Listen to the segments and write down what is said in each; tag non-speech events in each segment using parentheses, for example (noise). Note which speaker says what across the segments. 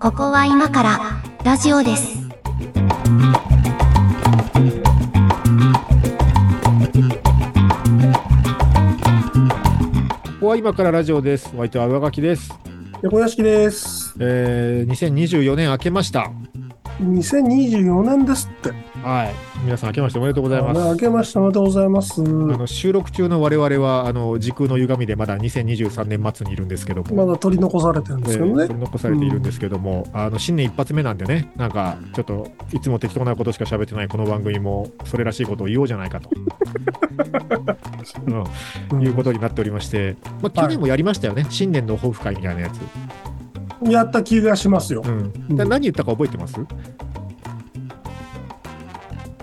Speaker 1: ここは今からラジオです。
Speaker 2: ここは今からラジオです。お相手は上書きです。
Speaker 3: 横屋敷です。
Speaker 2: えー、2024年明けました。
Speaker 3: 2024年ですって。
Speaker 2: はい。皆さん明けましておめでとうございます。
Speaker 3: あ明けましておめでとうございます。
Speaker 2: あ
Speaker 3: ま
Speaker 2: の収録中の我々はあの時空の歪みでまだ2023年末にいるんですけども、
Speaker 3: だ取り残されてるんですけど
Speaker 2: えー
Speaker 3: ね。
Speaker 2: 残されているんですけども、あの新年一発目なんでね、なんかちょっといつも適当なことしか喋ってないこの番組もそれらしいことを言おうじゃないかと、うんいうことになっておりまして、まあ、去年もやりましたよね、新年の抱負会みたいなやつ。
Speaker 3: やった気がしますよ
Speaker 2: う。ん、だ何言ったか覚えてます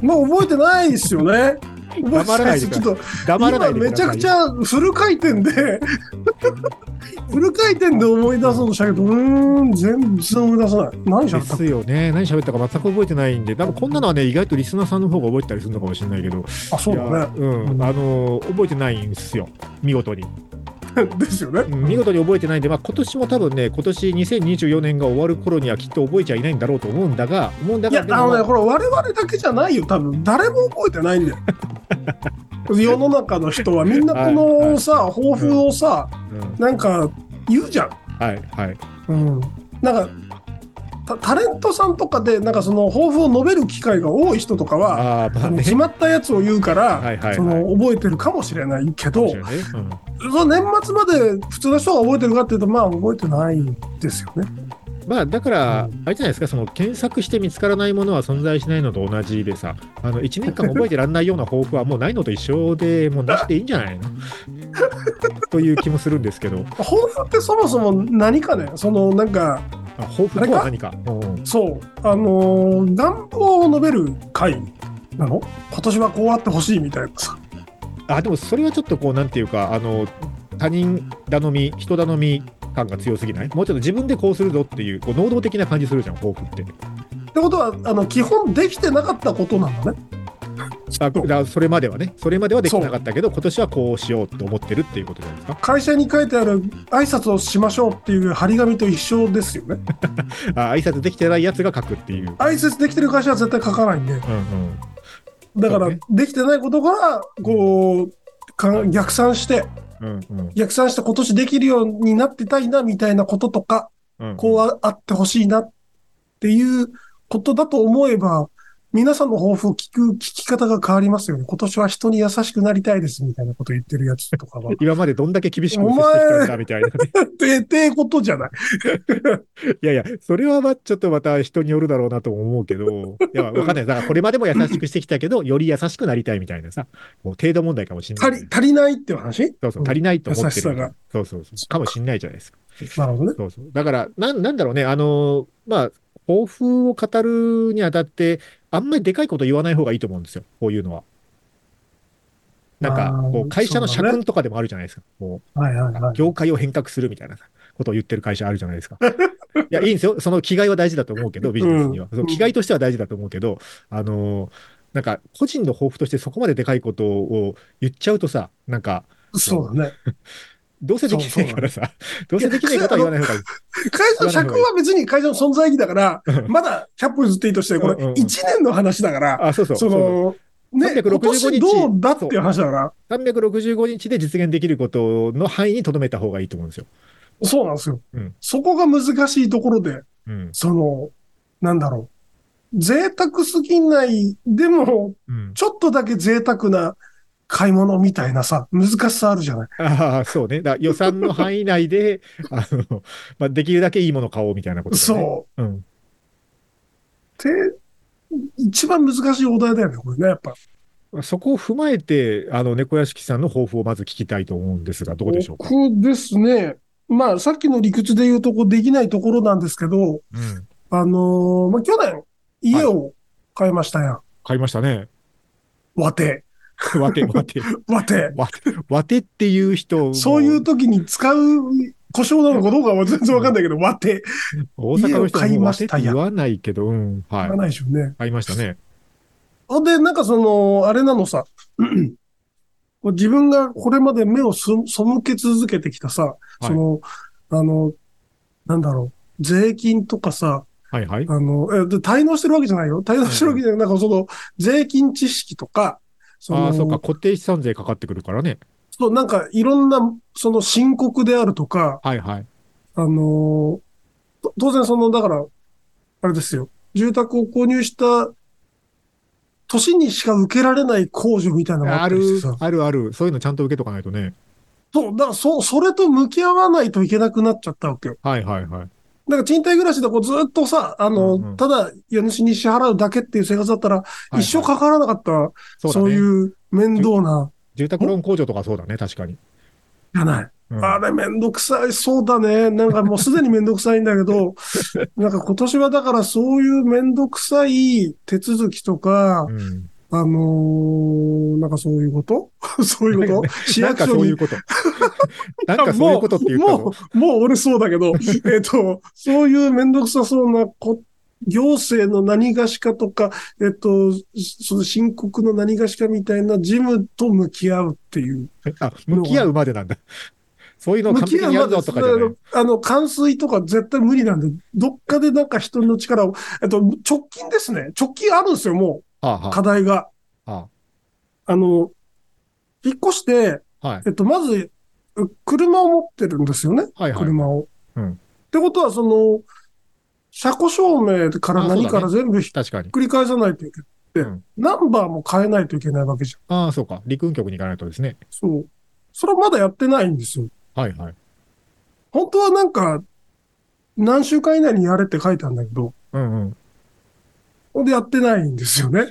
Speaker 3: まあ覚えてないですよね。
Speaker 2: 黙らないでください
Speaker 3: 覚えてちょっと
Speaker 2: 黙らな
Speaker 3: 今
Speaker 2: いでく
Speaker 3: め
Speaker 2: だ
Speaker 3: ち
Speaker 2: さい
Speaker 3: ゃ
Speaker 2: よ
Speaker 3: くちゃフル回転でフル回転で思い出そうとしたけど、うーん全然思い出さない。何しゃ
Speaker 2: で
Speaker 3: ったっ
Speaker 2: すよね。何喋ったか全く覚えてないんで、多分こんなのはね、意外とリスナーさんの方が覚えてたりするのかもしれないけど、
Speaker 3: け？あそう
Speaker 2: い
Speaker 3: だ
Speaker 2: やうん、あのー覚えてないんですよ、見事に。
Speaker 3: ね。ですよね。
Speaker 2: うん見事に覚えてないんで、まあ、今年も多分ね、今年2024年が終わる頃にはきっと覚えちゃいないんだろうと思うんだが、思うんだ
Speaker 3: い
Speaker 2: が、
Speaker 3: や
Speaker 2: でも
Speaker 3: あのねこれ我々だけじゃないよ多分誰も覚えてないんだ
Speaker 2: (laughs)
Speaker 3: よ。世の中の人はみんなこ
Speaker 2: はいは
Speaker 3: の
Speaker 2: い
Speaker 3: さ抱負をさ
Speaker 2: うん
Speaker 3: なんか言うじゃん。
Speaker 2: はい、はい。
Speaker 3: うん、なんかタタレントさんとかでなんかその抱負を述べる機会が多い人とか
Speaker 2: あ
Speaker 3: は
Speaker 2: あ、ま
Speaker 3: あ
Speaker 2: あね。
Speaker 3: の決まったやつを言うから、
Speaker 2: はいはいはい。
Speaker 3: その覚えてるかもしれないけど
Speaker 2: そうですよね
Speaker 3: その年末まで普通の人が覚えてるかっていうとまあ覚えてないですよね。
Speaker 2: うんまあだから、
Speaker 3: うん
Speaker 2: あれじゃないですか、その検索して見つからないものは存在しないのと同じでさ、あの1年間覚えてらんないような抱負はもうないのと一緒で、もうなしていいんじゃ (laughs) ないのという気もするんですけど、
Speaker 3: 抱負ってそもそも何かねそのなんか
Speaker 2: あ抱負とは何か。うん
Speaker 3: そう、あのー願望を述べる会なの今年はこうあってほしいみたいなさ。
Speaker 2: あでもそれはちょっとこうなんていうかあの他人頼み人頼み感が強すぎないもうちょっと自分でこうするぞっていうこう能動的な感じするじゃん抱負って
Speaker 3: ってことは、あの、基本できてなかったことなんだね。
Speaker 2: あだからそれまではねそれまではできてなかったけど今年はこうしようと思ってるっていうことじゃないですか
Speaker 3: 会社に書いてある挨拶をしましょうっていう張り紙と一緒ですよね。
Speaker 2: あ挨拶できてないやつが書くっていう。
Speaker 3: 挨拶できてる会社は絶対書かないんで。
Speaker 2: うんうん、
Speaker 3: だか
Speaker 2: そう
Speaker 3: ら
Speaker 2: ね、
Speaker 3: できてないことから、こう、か逆算して、
Speaker 2: うんうん
Speaker 3: 逆算して今年できるようになってたいなみたいなこととか、
Speaker 2: うん、
Speaker 3: こうああってほしいなっていうことだと思えば、皆さんの抱負を聞く、聞き方が変わりますよね。今年は人に優しくなりたいですみたいなこと言ってるやつ
Speaker 2: (laughs)
Speaker 3: とかは。っ
Speaker 2: 今までどんだけ厳しく接してきたんだみたいなね。
Speaker 3: て、ってことじゃない。
Speaker 2: いやいや、それはまちょっとまた人によるだろうなと思うけ
Speaker 3: (laughs)
Speaker 2: ど、いや、わかんない。だからこれまでも優しくしてきたけど、より優しくなりたいみたいなさ、もう程度問題かもしれない。
Speaker 3: 足り、足りないっていう話
Speaker 2: そうそう、足りないと思ってる。
Speaker 3: 優しさが
Speaker 2: そうそうそう。かもしんないじゃないですか。
Speaker 3: なるほどね。
Speaker 2: そうそう。だから、なんなんだろうね、あの、まあ、抱負を語るにあたって、あんまりでかいこと言わない方がいいと思うんですよ、こういうのは。なん
Speaker 3: あ
Speaker 2: か
Speaker 3: ー、
Speaker 2: こう会社の
Speaker 3: そう
Speaker 2: 社
Speaker 3: だね
Speaker 2: 訓とかでもあるじゃないですか。こ
Speaker 3: はいはいは
Speaker 2: う業界を変革するみたいなことを言ってる会社あるじゃないです (laughs) か。いや、いいんですよ。その気概は大事だと思うけど、ビジネスには。
Speaker 3: うん
Speaker 2: その気概としては大事だと思うけど、あの、なんか、個人の抱負としてそこまででかいことを言っちゃうとさ、なんか、
Speaker 3: い。そうだね。
Speaker 2: どうせできないからさ、 (laughs) どうせできないことは言わない方がいい。
Speaker 3: 会社の社訓は別に会社の存在意義だか
Speaker 2: う、
Speaker 3: ら
Speaker 2: ん
Speaker 3: まだ100歩譲っていいとして、これ
Speaker 2: うんうんうん
Speaker 3: 1年の話だから、
Speaker 2: あ、そうそう。
Speaker 3: その、ね、今
Speaker 2: 365日
Speaker 3: 年どうだっていう話だから、
Speaker 2: そう365日で実現できることの範囲に留めた方がいいと思うんですよ。
Speaker 3: そうなんですよ
Speaker 2: うん。
Speaker 3: そこが難しいところで、
Speaker 2: うん。
Speaker 3: その、なんだろう。贅沢すぎない、でも、
Speaker 2: うん、
Speaker 3: ちょっとだけ贅沢な買い物みたいなさ、難しさあるじゃない。
Speaker 2: ああ、そうね。だ予算の範囲内で、あの、まあ、できるだけいいもの買おうみたいなこと、ね。。
Speaker 3: そう
Speaker 2: うん。
Speaker 3: う。で、一番難しいお題だよね、これね、やっぱ。
Speaker 2: そこを踏まえて、あの、猫屋敷さんの抱負をまず聞きたいと思うんですが、どうでしょうか。
Speaker 3: 僕ですね、まあ、さっきの理屈で言うと、こう、できないところなんですけど、
Speaker 2: うん。
Speaker 3: あのーまあ、去年、家を買いましたやん。
Speaker 2: 買いましたね。 (laughs)
Speaker 3: わて、
Speaker 2: わて、わて、
Speaker 3: わて。
Speaker 2: わて、わてっていう人。
Speaker 3: そういう時に使う故障なのかどうかは全然わかんないけど、わて。
Speaker 2: 大阪の人は
Speaker 3: 家を買い
Speaker 2: もうわ
Speaker 3: ま
Speaker 2: て
Speaker 3: し
Speaker 2: って
Speaker 3: たや
Speaker 2: 言
Speaker 3: ん
Speaker 2: わないけど、うん。はい
Speaker 3: 言わ。ないでしょうね。
Speaker 2: 買いましたね。
Speaker 3: ほんで、なんかその、あれなのさ、自分が (clears throat) これまで目をす背け続けてきたさ、
Speaker 2: い
Speaker 3: その、あの、なんだろう、税金とかさ、
Speaker 2: はいはい。
Speaker 3: あの、えで滞納してるわけじゃないよ。滞納してるわけじゃない。なんかその、税金知識とか、そ
Speaker 2: あ
Speaker 3: の
Speaker 2: あ、そうか、固定資産税かかってくるからね。
Speaker 3: そう、なんかいろんな、その申告であるとか、
Speaker 2: はいはい。
Speaker 3: あのーと当然その、だから、あれですよ。住宅を購入した年にしか受けられない控除みたいなのがあ
Speaker 2: あ
Speaker 3: った
Speaker 2: る
Speaker 3: りしてさ。、
Speaker 2: あるある。そういうのちゃんと受けとかないとね。
Speaker 3: そう、だからそ、それと向き合わないといけなくなっちゃったわけよ。
Speaker 2: はいはいはい。
Speaker 3: だから賃貸暮らしでこうずっとさ、あの、
Speaker 2: うんうん
Speaker 3: ただ家主に支払うだけっていう生活だったら、一生
Speaker 2: はいはい
Speaker 3: かからなかった、
Speaker 2: そうだ
Speaker 3: そう
Speaker 2: ね
Speaker 3: いう面倒な、
Speaker 2: 住宅ローン控除とかそうだね、確かに。
Speaker 3: じゃない。
Speaker 2: うん
Speaker 3: あれめんどくさい、そうだね。なんかもうすでにめんどくさいんだけ
Speaker 2: (laughs)
Speaker 3: ど、なんか今年はだからそういうめんどくさい手続きとか、
Speaker 2: うん
Speaker 3: あのーなんかそういうこと (laughs) そういうこと、
Speaker 2: (laughs)
Speaker 3: 市
Speaker 2: なん
Speaker 3: 役
Speaker 2: か
Speaker 3: 所
Speaker 2: そうい
Speaker 3: に
Speaker 2: う。
Speaker 3: (laughs)
Speaker 2: こと。なんかそういうことって言った
Speaker 3: もう、
Speaker 2: の
Speaker 3: もうもう俺そうだ
Speaker 2: (laughs)
Speaker 3: けど、えっと、そういうめんどくさそうなこ、行政の何がしかとか、えっと、その申告の何がしかみたいな事務と向き合うっていう。
Speaker 2: あ、向き合うまでなんだ。そういうのを
Speaker 3: 向
Speaker 2: 完
Speaker 3: き
Speaker 2: 璧
Speaker 3: 合
Speaker 2: にやる
Speaker 3: うま
Speaker 2: ぞ
Speaker 3: で
Speaker 2: とかじゃない。
Speaker 3: あの、冠水とか絶対無理なんで、どっかでなんか人の力を、えっと、直近ですね。直近あるんですよ、も
Speaker 2: はあ
Speaker 3: う、
Speaker 2: は
Speaker 3: 課題が。
Speaker 2: あは
Speaker 3: あの、引っ越して、
Speaker 2: あはい
Speaker 3: えっと、まず、う車を持ってるんですよね、
Speaker 2: はいはい。
Speaker 3: 車を。
Speaker 2: うん
Speaker 3: ってことは、その、車庫証明から
Speaker 2: あそうだね
Speaker 3: 何から全部ひっ
Speaker 2: 確かに。
Speaker 3: くり返さないといけない。で、
Speaker 2: うん
Speaker 3: ナンバーも変えないといけないわけじゃん。
Speaker 2: ああ、そうか。陸運局に行かないとですね。
Speaker 3: そう。それはまだやってないんですよ。
Speaker 2: はいはい。
Speaker 3: 本当はなんか、何週間以内にやれって書いてあるんだけど、
Speaker 2: うんうん。
Speaker 3: ほんでやってないんですよね。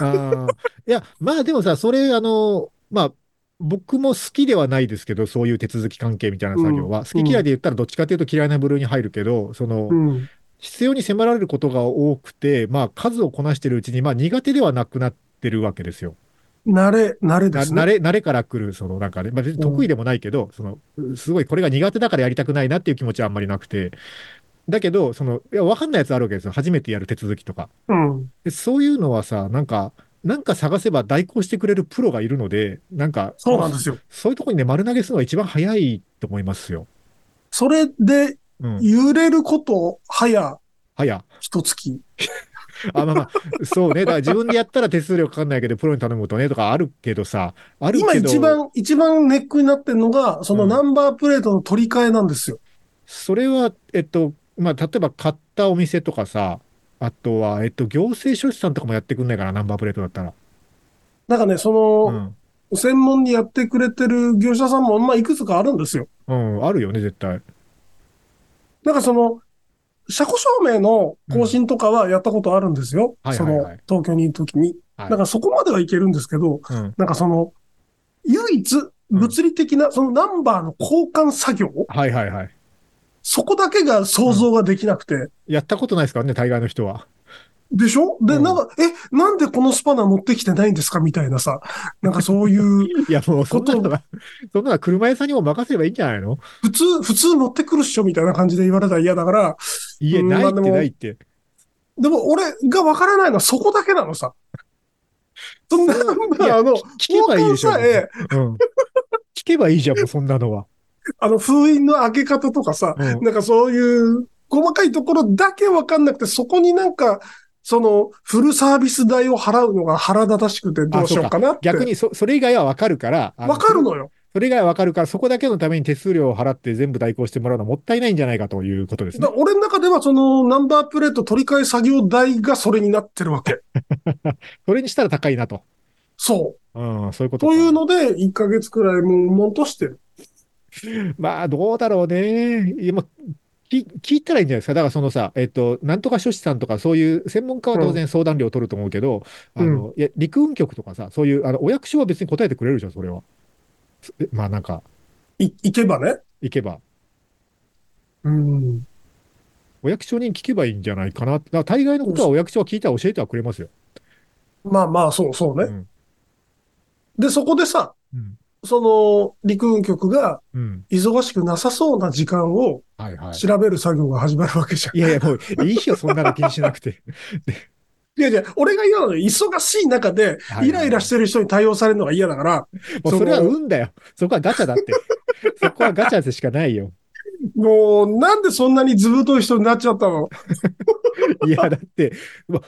Speaker 2: ああ。いや、まあでもさ、それ、あの、まあ、僕も好きではないですけど、そういう手続き関係みたいな作業は。
Speaker 3: うん
Speaker 2: 好き嫌いで言ったらどっちかというと嫌いな部類に入るけど、その、
Speaker 3: うん。
Speaker 2: 必要に迫られることが多くて、まあ、数をこなしてるうちに、まあ、苦手ではなくなってるわけですよ。
Speaker 3: 慣れ、慣れ
Speaker 2: な
Speaker 3: です
Speaker 2: 慣れ、
Speaker 3: ね。
Speaker 2: 慣れから来る、その、なんかね、まあ、別に得意でもないけど、その、すごいこれが苦手だからやりたくないなっていう気持ちはあんまりなくて。だけど、その、いや、わかんないやつあるわけですよ。初めてやる手続きとか。
Speaker 3: うん。
Speaker 2: でそういうのはさ、なんか、なんか探せば代行してくれるプロがいるので、なんか、
Speaker 3: そうなんですよ。
Speaker 2: そういうとこにね、丸投げするのが一番早いと思いますよ。
Speaker 3: それで
Speaker 2: うん。
Speaker 3: 揺れること、早、
Speaker 2: 早。
Speaker 3: 一月。
Speaker 2: あ、まあまあ、そうね。だから自分でやったら手数料かかんないけど、プロに頼むとね、とかあるけどさ、ある
Speaker 3: 今
Speaker 2: けど、
Speaker 3: 一番、一番ネックになってるのが、その
Speaker 2: うん
Speaker 3: ナンバープレートの取り替えなんですよ。
Speaker 2: それは、えっと、まあ、例えば買ったお店とかさ、あとは、えっと、行政書士さんとかもやってくんないかな、ナンバープレートだったら。
Speaker 3: なんかね、そうの、
Speaker 2: ん。
Speaker 3: 専門にやってくれてる業者さんも、まあ、いくつかあるんですよ。
Speaker 2: うん、あるよね、絶対。
Speaker 3: なんかその、車庫証明の更新とかはやったことあるんですよ。
Speaker 2: うんはい
Speaker 3: そ
Speaker 2: はい
Speaker 3: の
Speaker 2: はい、
Speaker 3: 東京にいるときに。
Speaker 2: はい
Speaker 3: だからそこまではいけるんですけど、
Speaker 2: うん。
Speaker 3: なんかその、唯一物理的な、そのナンバーの交換作業、
Speaker 2: はいはいはい。
Speaker 3: そこだけが想像ができなくて。
Speaker 2: やったことないですからね、大概の人は。
Speaker 3: でしょで、
Speaker 2: うん
Speaker 3: なんか、え、なんでこのスパナ持ってきてないんですかみたいなさ。なんかそういう、 (laughs)
Speaker 2: いや、もう、そんな
Speaker 3: こと
Speaker 2: のが、そんなのは車屋さんにも任せればいいんじゃないの
Speaker 3: 普通、普通持ってくるっしょみたいな感じで言われたら嫌だから、
Speaker 2: いえ、
Speaker 3: うん
Speaker 2: ない
Speaker 3: ま
Speaker 2: っ
Speaker 3: あ
Speaker 2: て
Speaker 3: でも
Speaker 2: ないって。
Speaker 3: でも俺がわからないのはそこだけな
Speaker 2: (laughs)
Speaker 3: のさ。そのナンバーの、
Speaker 2: 聞けばいいでしょ。
Speaker 3: 交換さえ
Speaker 2: うん。聞けばいいじゃん、もうそんなのは。
Speaker 3: あの封印の開け方とかさ、
Speaker 2: うん
Speaker 3: なんかそういう細かいところだけわかんなくて、そこになんか、そのフルサービス代を払うのが腹立たしくてどうしようかなって。
Speaker 2: 逆にそ、それ以外はわかるから。あの
Speaker 3: わかるのよ。
Speaker 2: それ以外はわかるから、そこだけのために手数料を払って全部代行してもらうのはもったいないんじゃないかということですね
Speaker 3: だ。俺の中ではそのナンバープレート取り替え作業代がそれになってるわけ。
Speaker 2: それにしたら高いなと。
Speaker 3: そ
Speaker 2: うん、そういうこと
Speaker 3: う。と
Speaker 2: か
Speaker 3: いうので、1ヶ月くらいもうもんとしてる。
Speaker 2: まあ、どうだろうね。いやまあき聞いたらいいんじゃないですか。だからそのさ、えっと、なんとか書士さんとか、そういう専門家は当然相談料を取ると思うけど、
Speaker 3: うん
Speaker 2: あの、いや、陸運局とかさ、そういう、あの、お役所は別に答えてくれるじゃん、それは。えまあ、なんか、
Speaker 3: い、いけばね。
Speaker 2: 行けば。
Speaker 3: うん。
Speaker 2: お役所に聞けばいいんじゃないかな。だから大概のことはお役所は聞いたら教えてはくれますよ。
Speaker 3: まあまあ、そうそう
Speaker 2: う
Speaker 3: ね。
Speaker 2: ん。
Speaker 3: で、そこでさ、
Speaker 2: うん。
Speaker 3: その陸運局が
Speaker 2: うん。
Speaker 3: 忙しくなさそうな時間を
Speaker 2: はいはい。
Speaker 3: 調べる作業が始まるわけじゃん。 (laughs)
Speaker 2: いやいや、もういいよ、そんなの気にしなくて。
Speaker 3: いやいや、俺が嫌なのよ。忙しい中で、イライラしてる人に対応されるのが嫌だから、
Speaker 2: もうそれは運だよ。そこはガチャだ
Speaker 3: (laughs)
Speaker 2: って。そこはガチャでしかないよ。
Speaker 3: もう、なんでそんなにずぶとい人になっちゃったの
Speaker 2: いや、だって、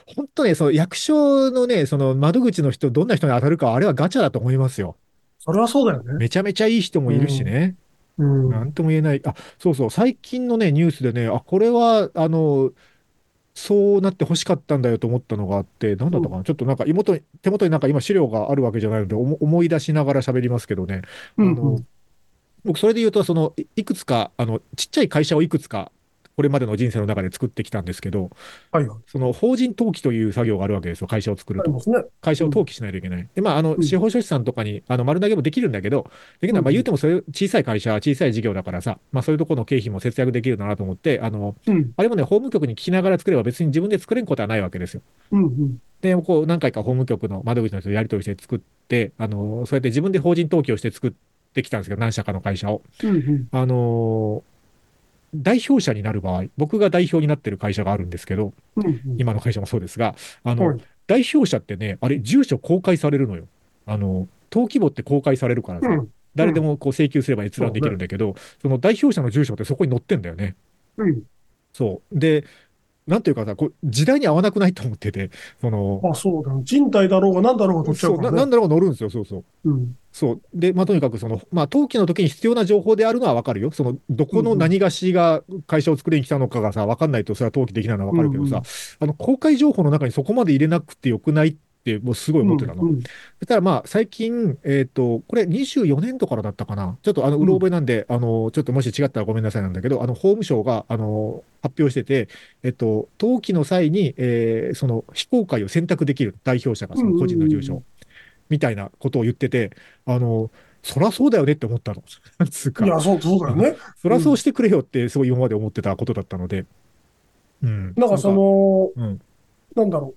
Speaker 2: 本当ね、その役所のね、その窓口の人、どんな人に当たるか、あれはガチャだと思いますよ。
Speaker 3: それはそうだよね。
Speaker 2: めちゃめちゃいい人もいるしね。
Speaker 3: うん。
Speaker 2: なんとも言えない。あ、そうそう、最近のね、ニュースでね、あ、これは、あの、そうなって欲しかったんだよと思ったのがあって、なんだったかな、ちょっとなんか妹に、手元になんか今資料があるわけじゃないので、おも思い出しながら喋りますけどね。あ
Speaker 3: うん
Speaker 2: の僕、それで言うと、その、いいくつか、あの、ちっちゃい会社をいくつか、これまでの人生の中で作ってきたんですけど、
Speaker 3: はいはい。
Speaker 2: その、法人登記という作業があるわけですよ、会社を作る
Speaker 3: あり
Speaker 2: と。
Speaker 3: ますね。
Speaker 2: 会社を登記しないといけない。で、まあ、あの
Speaker 3: う、ん
Speaker 2: 司法書士さんとかに、あの、丸投げもできるんだけど、できるのは、まあ、
Speaker 3: うん
Speaker 2: 言うても、それ、小さい会社、小さい事業だからさ、まあ、そういうところの経費も節約できるなと思って、あの、
Speaker 3: うん。
Speaker 2: あれもね、法務局に聞きながら作れば別に自分で作れんことはないわけですよ。
Speaker 3: うん。うん。
Speaker 2: で、こう、何回か法務局の窓口の人とやり取りして作って、あの、そうやって自分で法人登記をして作ってきたんですけど、何社かの会社を。
Speaker 3: うんうん。
Speaker 2: あのー代表者になる場合、僕が代表になってる会社があるんですけど、
Speaker 3: うんうん。
Speaker 2: 今の会社もそうですが、あの、
Speaker 3: はい
Speaker 2: 代表者ってね、あれ、住所公開されるのよ。あの、登記簿って公開されるからさ、
Speaker 3: うん。
Speaker 2: 誰でもこう請求すれば閲覧できるんだけど、その代表者の住所ってそこに載ってんだよね。
Speaker 3: うん。
Speaker 2: そう。で、なんていうかさ、こう時代に合わなくないと思ってて、その、
Speaker 3: あ、そうだね。人体だろうが何だろうが取っちゃ
Speaker 2: そうう
Speaker 3: か
Speaker 2: な、
Speaker 3: ら
Speaker 2: な
Speaker 3: ね。
Speaker 2: んだろう載るんですよ、そうそう。
Speaker 3: うん。
Speaker 2: そう。で、まあ、とにかく、その、まあ、登記の時に必要な情報であるのはわかるよ。その、どこの何がしが会社を作りに来たのかがさ、わかんないと、それは登記できないのはわかるけど
Speaker 3: うんう
Speaker 2: さ、あの、公開情報の中にそこまで入れなくてよくないって、もうすごい思ってたの。
Speaker 3: う
Speaker 2: そ
Speaker 3: んうん
Speaker 2: したら、まあ、最近、えっ、と、これ24年度からだったかな。ちょっと、あの、うろ覚えなんで、あの、ちょっともし違ったらごめんなさいなんだけど、あの、法務省が、あの、発表してて、えっ、と、登記の際に、えーその、非公開を選択できる代表者が、その個人の住所を
Speaker 3: うん
Speaker 2: みたいなことを言ってて、あの、そらそうだよねって思ったの。 (laughs) つう
Speaker 3: い
Speaker 2: か、
Speaker 3: や、そう、そうだよね。
Speaker 2: そらそうしてくれよって、すごい今まで思ってたことだったので。うん。
Speaker 3: なんかその、
Speaker 2: なんか、
Speaker 3: なんだろ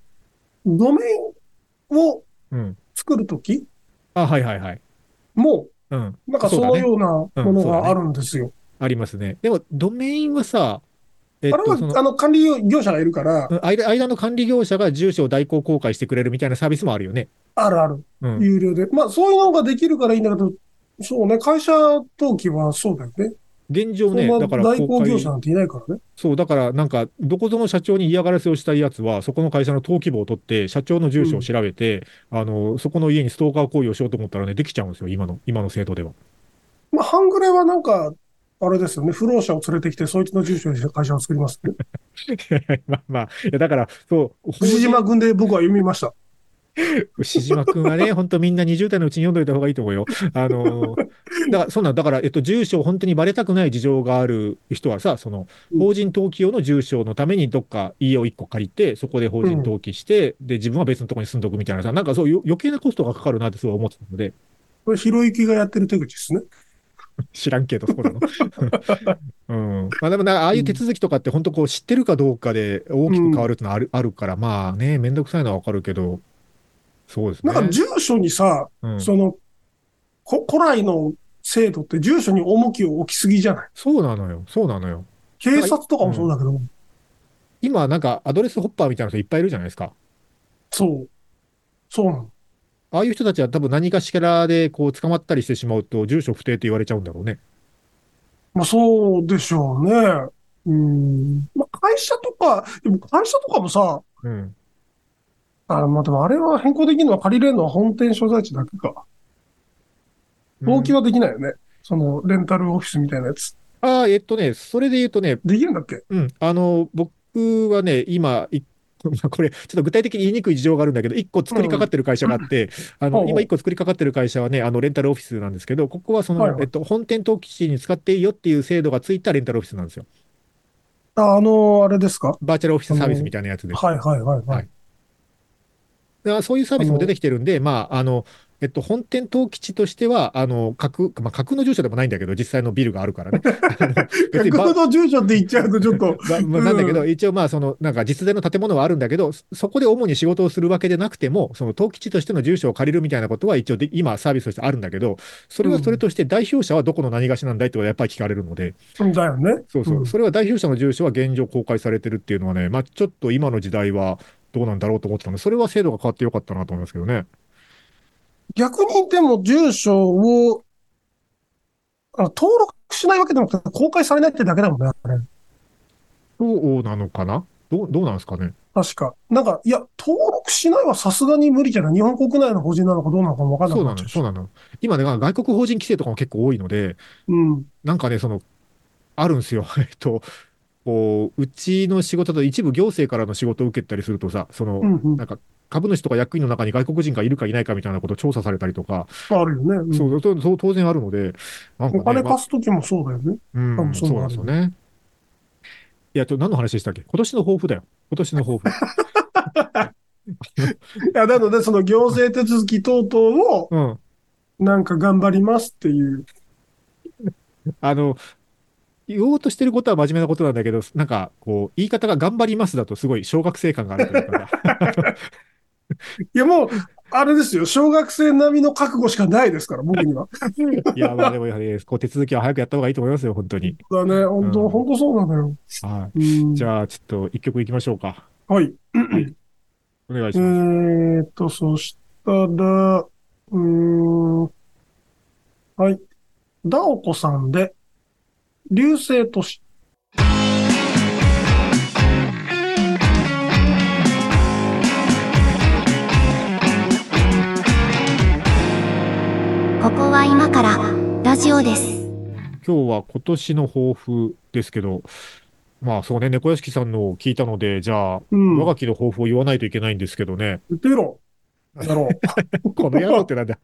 Speaker 3: う。ドメインを
Speaker 2: うん。うん。
Speaker 3: 作るとき
Speaker 2: あ、はいはいはい。
Speaker 3: も、
Speaker 2: うん。
Speaker 3: なんかそのようなものがあるんですよ。
Speaker 2: ありますね。でも、ドメインはさ、えっ
Speaker 3: あれ
Speaker 2: と、そ
Speaker 3: は、あ
Speaker 2: の、
Speaker 3: の、管理業者がいるから、
Speaker 2: うん間間の管理業者が住所を代行公開してくれるみたいなサービスもあるよね。
Speaker 3: あるある。
Speaker 2: うん。
Speaker 3: 有料で。まあ、そういうのができるからいいんだけど、そうね、会社登記はそうだよね。
Speaker 2: 現状ね、
Speaker 3: そん
Speaker 2: だ
Speaker 3: な
Speaker 2: から
Speaker 3: 代
Speaker 2: 公
Speaker 3: 行業
Speaker 2: 開、
Speaker 3: 者なんていないからね。
Speaker 2: そう、だからなんか、どこぞの社長に嫌がらせをしたいやつは、そこの会社の登記簿を取って、社長の住所を調べて、あの、そこの家にストーカー行為をしようと思ったらね、できちゃうんですよ、今の、今の制度では。 (laughs)
Speaker 3: まあ、半グレはなんか、あれですよね、不老者を連れてきて、そいつの住所に会社を作りますって。
Speaker 2: まあまあ、いやだから、 (laughs) そう、
Speaker 3: 藤島軍で僕は読みました。
Speaker 2: 牛島くん
Speaker 3: (laughs)
Speaker 2: はね、本当みんな20代のうちに読んどいた方がいいと思うよ。あのー、だから、そんなん、だから、えっと、住所を本当にバレたくない事情がある人はさ、その、法人登記用の住所のためにどっか家を1個借りて、そこで法人登記して、で、自分は別のところに住んどくみたいなさ、なんかそういう余計なコストがかかるなってすごい思ってたので、 (laughs)
Speaker 3: これ、ひろゆきがやってる手口ですね。
Speaker 2: 知らんけど、そうなの。 (laughs) うん。まあでもな、ああいう手続きとかって本当こう知ってるかどうかで大きく変わるってのはある,、あるから、まあね、めんどくさいのはわかるけど、そうです
Speaker 3: な
Speaker 2: ね。
Speaker 3: んか、住所にさ、
Speaker 2: うん、
Speaker 3: その、こ古来の制度って住所に重きを置きすぎじゃない
Speaker 2: そうなのよ。そうなのよ。
Speaker 3: 警察とかもそうだけど、
Speaker 2: 今なんかアドレスホッパーみたいな人いっぱいいるじゃないですか。
Speaker 3: そう。そうなの。
Speaker 2: ああいう人たちは多分何かしらでこう捕まったりしてしまうと、住所不定って言われちゃうんだろうね。
Speaker 3: まあ、そうでしょうね。うん。まあ、会社とか、でも会社とかもさ、
Speaker 2: うん。
Speaker 3: あまあ、でもあれは変更できるのは借りれるのは本店所在地だけか。登記
Speaker 2: うん
Speaker 3: はできないよね。その、レンタルオフィスみたいなやつ。
Speaker 2: ああ、えっとね、それで言うとね、
Speaker 3: できるんだっけ
Speaker 2: うん、あの、僕はね、今、 (laughs) いこれ、ちょっと具体的に言いにくい事情があるんだけど、1個作りかかってる会社があって、あ
Speaker 3: ほう
Speaker 2: の
Speaker 3: ほう
Speaker 2: 今1個作りかかってる会社はね、あのレンタルオフィスなんですけど、ここはその、
Speaker 3: はいはい
Speaker 2: えっと、本店登記地に使っていいよっていう制度がついたレンタルオフィスなんですよ。
Speaker 3: あ、あの、あれですか
Speaker 2: バーチャルオフィスサービスみたいなやつで。
Speaker 3: はいはいはいは
Speaker 2: はいい。だからそういうサービスも出てきてるんで、まあ、あの、えっと、本店登記地としては、あの、架空、まあ、架空の住所でもないんだけど、実際のビルがある (laughs) からね。あの別にば
Speaker 3: 学の住所って言っちゃうとちょっと、 (laughs)
Speaker 2: ばまあなんだけど、一応まあ、その、なんか実在の建物はあるんだけど、そそこで主に仕事をするわけでなくても、その登記地としての住所を借りるみたいなことは一応で、今サービスとしてあるんだけど、それはそれとして代表者はどこの何がしなんだいってことはやっぱり聞かれるので、
Speaker 3: だよね。
Speaker 2: そうそう、
Speaker 3: うん
Speaker 2: それは代表者の住所は現状公開されてるっていうのはね、まあ、ちょっと今の時代は、どうなんだろうと思ってたので、それは制度が変わってよかったなと思いますけどね。
Speaker 3: 逆にでも住所を、あの登録しないわけでもなくて、公開されないってだけだもんね、あれ
Speaker 2: そうなのかなどう、どうなんですかね。
Speaker 3: 確か。なんか、いや、登録しないはさすがに無理じゃない日本国内の法人なのかどうなのかもわかんな
Speaker 2: そ
Speaker 3: く
Speaker 2: うな
Speaker 3: なっちゃ
Speaker 2: の、
Speaker 3: うし
Speaker 2: そうなの。今ね、外国法人規制とかも結構多いので、
Speaker 3: うん。
Speaker 2: なんかね、その、あるんですよ。 (laughs) えっと、こう、うちの仕事だと一部行政からの仕事を受けたりするとさ、その、
Speaker 3: うんうん。
Speaker 2: なんか、株主とか役員の中に外国人がいるかいないかみたいなことを調査されたりとか、
Speaker 3: あるよね。うん
Speaker 2: そう、そうそう当然あるので、なんかね
Speaker 3: お金
Speaker 2: まあ
Speaker 3: 貸すときもそうだよね。
Speaker 2: うん
Speaker 3: 多分そ
Speaker 2: そううな
Speaker 3: な
Speaker 2: ん
Speaker 3: る
Speaker 2: ですよね。いや、ちょ、何の話でしたっけ今年の抱負だよ。今年の抱
Speaker 3: (laughs)
Speaker 2: 負。
Speaker 3: いや、なので、その行政手続き等々を、
Speaker 2: うん。
Speaker 3: なんか頑張りますっていう。
Speaker 2: あの、言おうとしてることは真面目なことなんだけど、なんか、こう、言い方が頑張りますだとすごい小学生感があるという
Speaker 3: (laughs)
Speaker 2: か、
Speaker 3: いや、もう、あれですよ。小学生並みの覚悟しかないですから、僕には。
Speaker 2: いや、まあでもやはり、こう、手続きは早くやった方がいいと思いますよ、本当に。
Speaker 3: だね。本
Speaker 2: う
Speaker 3: 当
Speaker 2: ん
Speaker 3: 本当そうなのよ。
Speaker 2: は
Speaker 3: うん
Speaker 2: い。じゃあ、ちょっと一曲いきましょうか。
Speaker 3: はい。
Speaker 2: お願いします。
Speaker 3: えーっと、そしたら、うーん。はい。ダオコさんで、流星都市。
Speaker 1: ここは今からラジオです。
Speaker 2: 今日は今年の抱負ですけど、まあそうね、猫屋敷さんのを聞いたので、じゃあ、
Speaker 3: うん。
Speaker 2: 我がきの抱負を言わないといけないんですけどね。
Speaker 3: 言ってみろ。
Speaker 2: (laughs)
Speaker 3: だろう。
Speaker 2: この野郎ってなん
Speaker 3: (laughs)
Speaker 2: だ。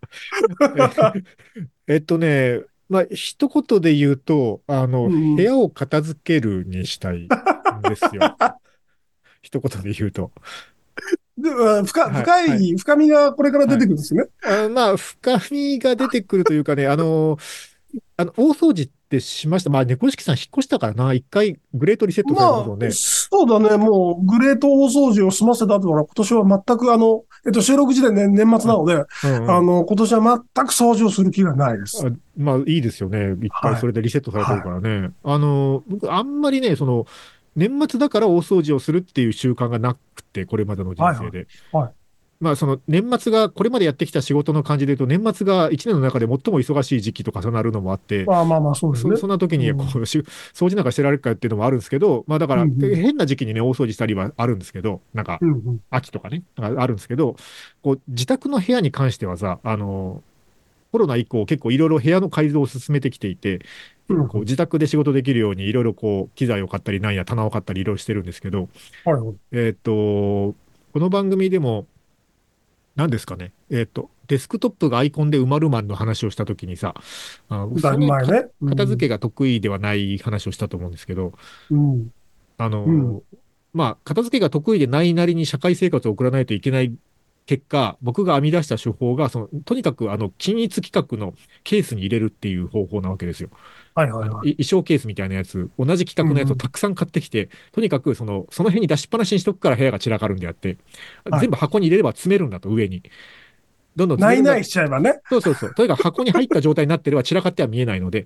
Speaker 2: えっとね、まあ一言で言うと、あの、
Speaker 3: うん
Speaker 2: 部屋を片付けるにしたいんですよ。一言で言うと。
Speaker 3: であ深
Speaker 2: はい
Speaker 3: 深い、
Speaker 2: はい
Speaker 3: 深みがこれから出てくるんですね。
Speaker 2: あまあ、深みが出てくるというかね、あの、あの、大掃除ってしました。まあ、猫屋敷さん引っ越したからな、一回グレートリセットされたことを
Speaker 3: ま
Speaker 2: ね
Speaker 3: あ、。そうだね。もう、グレート大掃除を済ませた後は、今年は全く、あの、えっと、収録時点で年末なので、
Speaker 2: うんうん
Speaker 3: あの、今年は全く掃除をする気がないです。
Speaker 2: あまあいいですよね。一回それでリセットされてるからね。あの、僕あんまりね、その、年末だから大掃除をするっていう習慣がなくて、これまでの人生で。
Speaker 3: はいはい
Speaker 2: まあその年末が、これまでやってきた仕事の感じで言うと、年末が一年の中で最も忙しい時期と重なるのもあって、
Speaker 3: まあまあまあ、そうです
Speaker 2: そ
Speaker 3: ね。
Speaker 2: そんな時に
Speaker 3: うん
Speaker 2: こう、し掃除なんかしてられるかっていうのもあるんですけど、まあだから、
Speaker 3: うんうん
Speaker 2: 変な時期にね、大掃除したりはあるんですけど、なんか
Speaker 3: うんうん。
Speaker 2: 秋とかね、ああるんですけど、こう、自宅の部屋に関してはさ、あの、コロナ以降結構いろいろ部屋の改造を進めてきていて、
Speaker 3: うん
Speaker 2: こう自宅で仕事できるようにいろいろこう、機材を買ったりなんや棚を買ったりいろいろしてるんですけど、
Speaker 3: はいはい。
Speaker 2: えっ、と、この番組でも、何ですかね、えっ、と、デスクトップがアイコンで埋まるマンの話をしたときにさ、あ
Speaker 3: だいぶ前ね。
Speaker 2: 片付けが得意ではない話をしたと思うんですけど、
Speaker 3: け。うん。
Speaker 2: あの、
Speaker 3: うん
Speaker 2: まあ、片付けが得意でないなりに社会生活を送らないといけない結果、僕が編み出した手法が、その、とにかく、あの、均一規格のケースに入れるっていう方法なわけですよ。
Speaker 3: はい
Speaker 2: あ
Speaker 3: はい
Speaker 2: の
Speaker 3: はい。
Speaker 2: い衣装ケースみたいなやつ、同じ規格のやつをたくさん買ってきて、とにかく、その、その辺に出しっぱなしにしとくから部屋が散らかるんであって、
Speaker 3: はい
Speaker 2: 全部箱に入れれば詰めるんだと、上に。どんどん
Speaker 3: な
Speaker 2: 詰め
Speaker 3: い
Speaker 2: るんだ
Speaker 3: ないしちゃえばね。
Speaker 2: そうそう
Speaker 3: (laughs)
Speaker 2: そう。とにかく箱に入った状態になってれば散らかっては見えないので。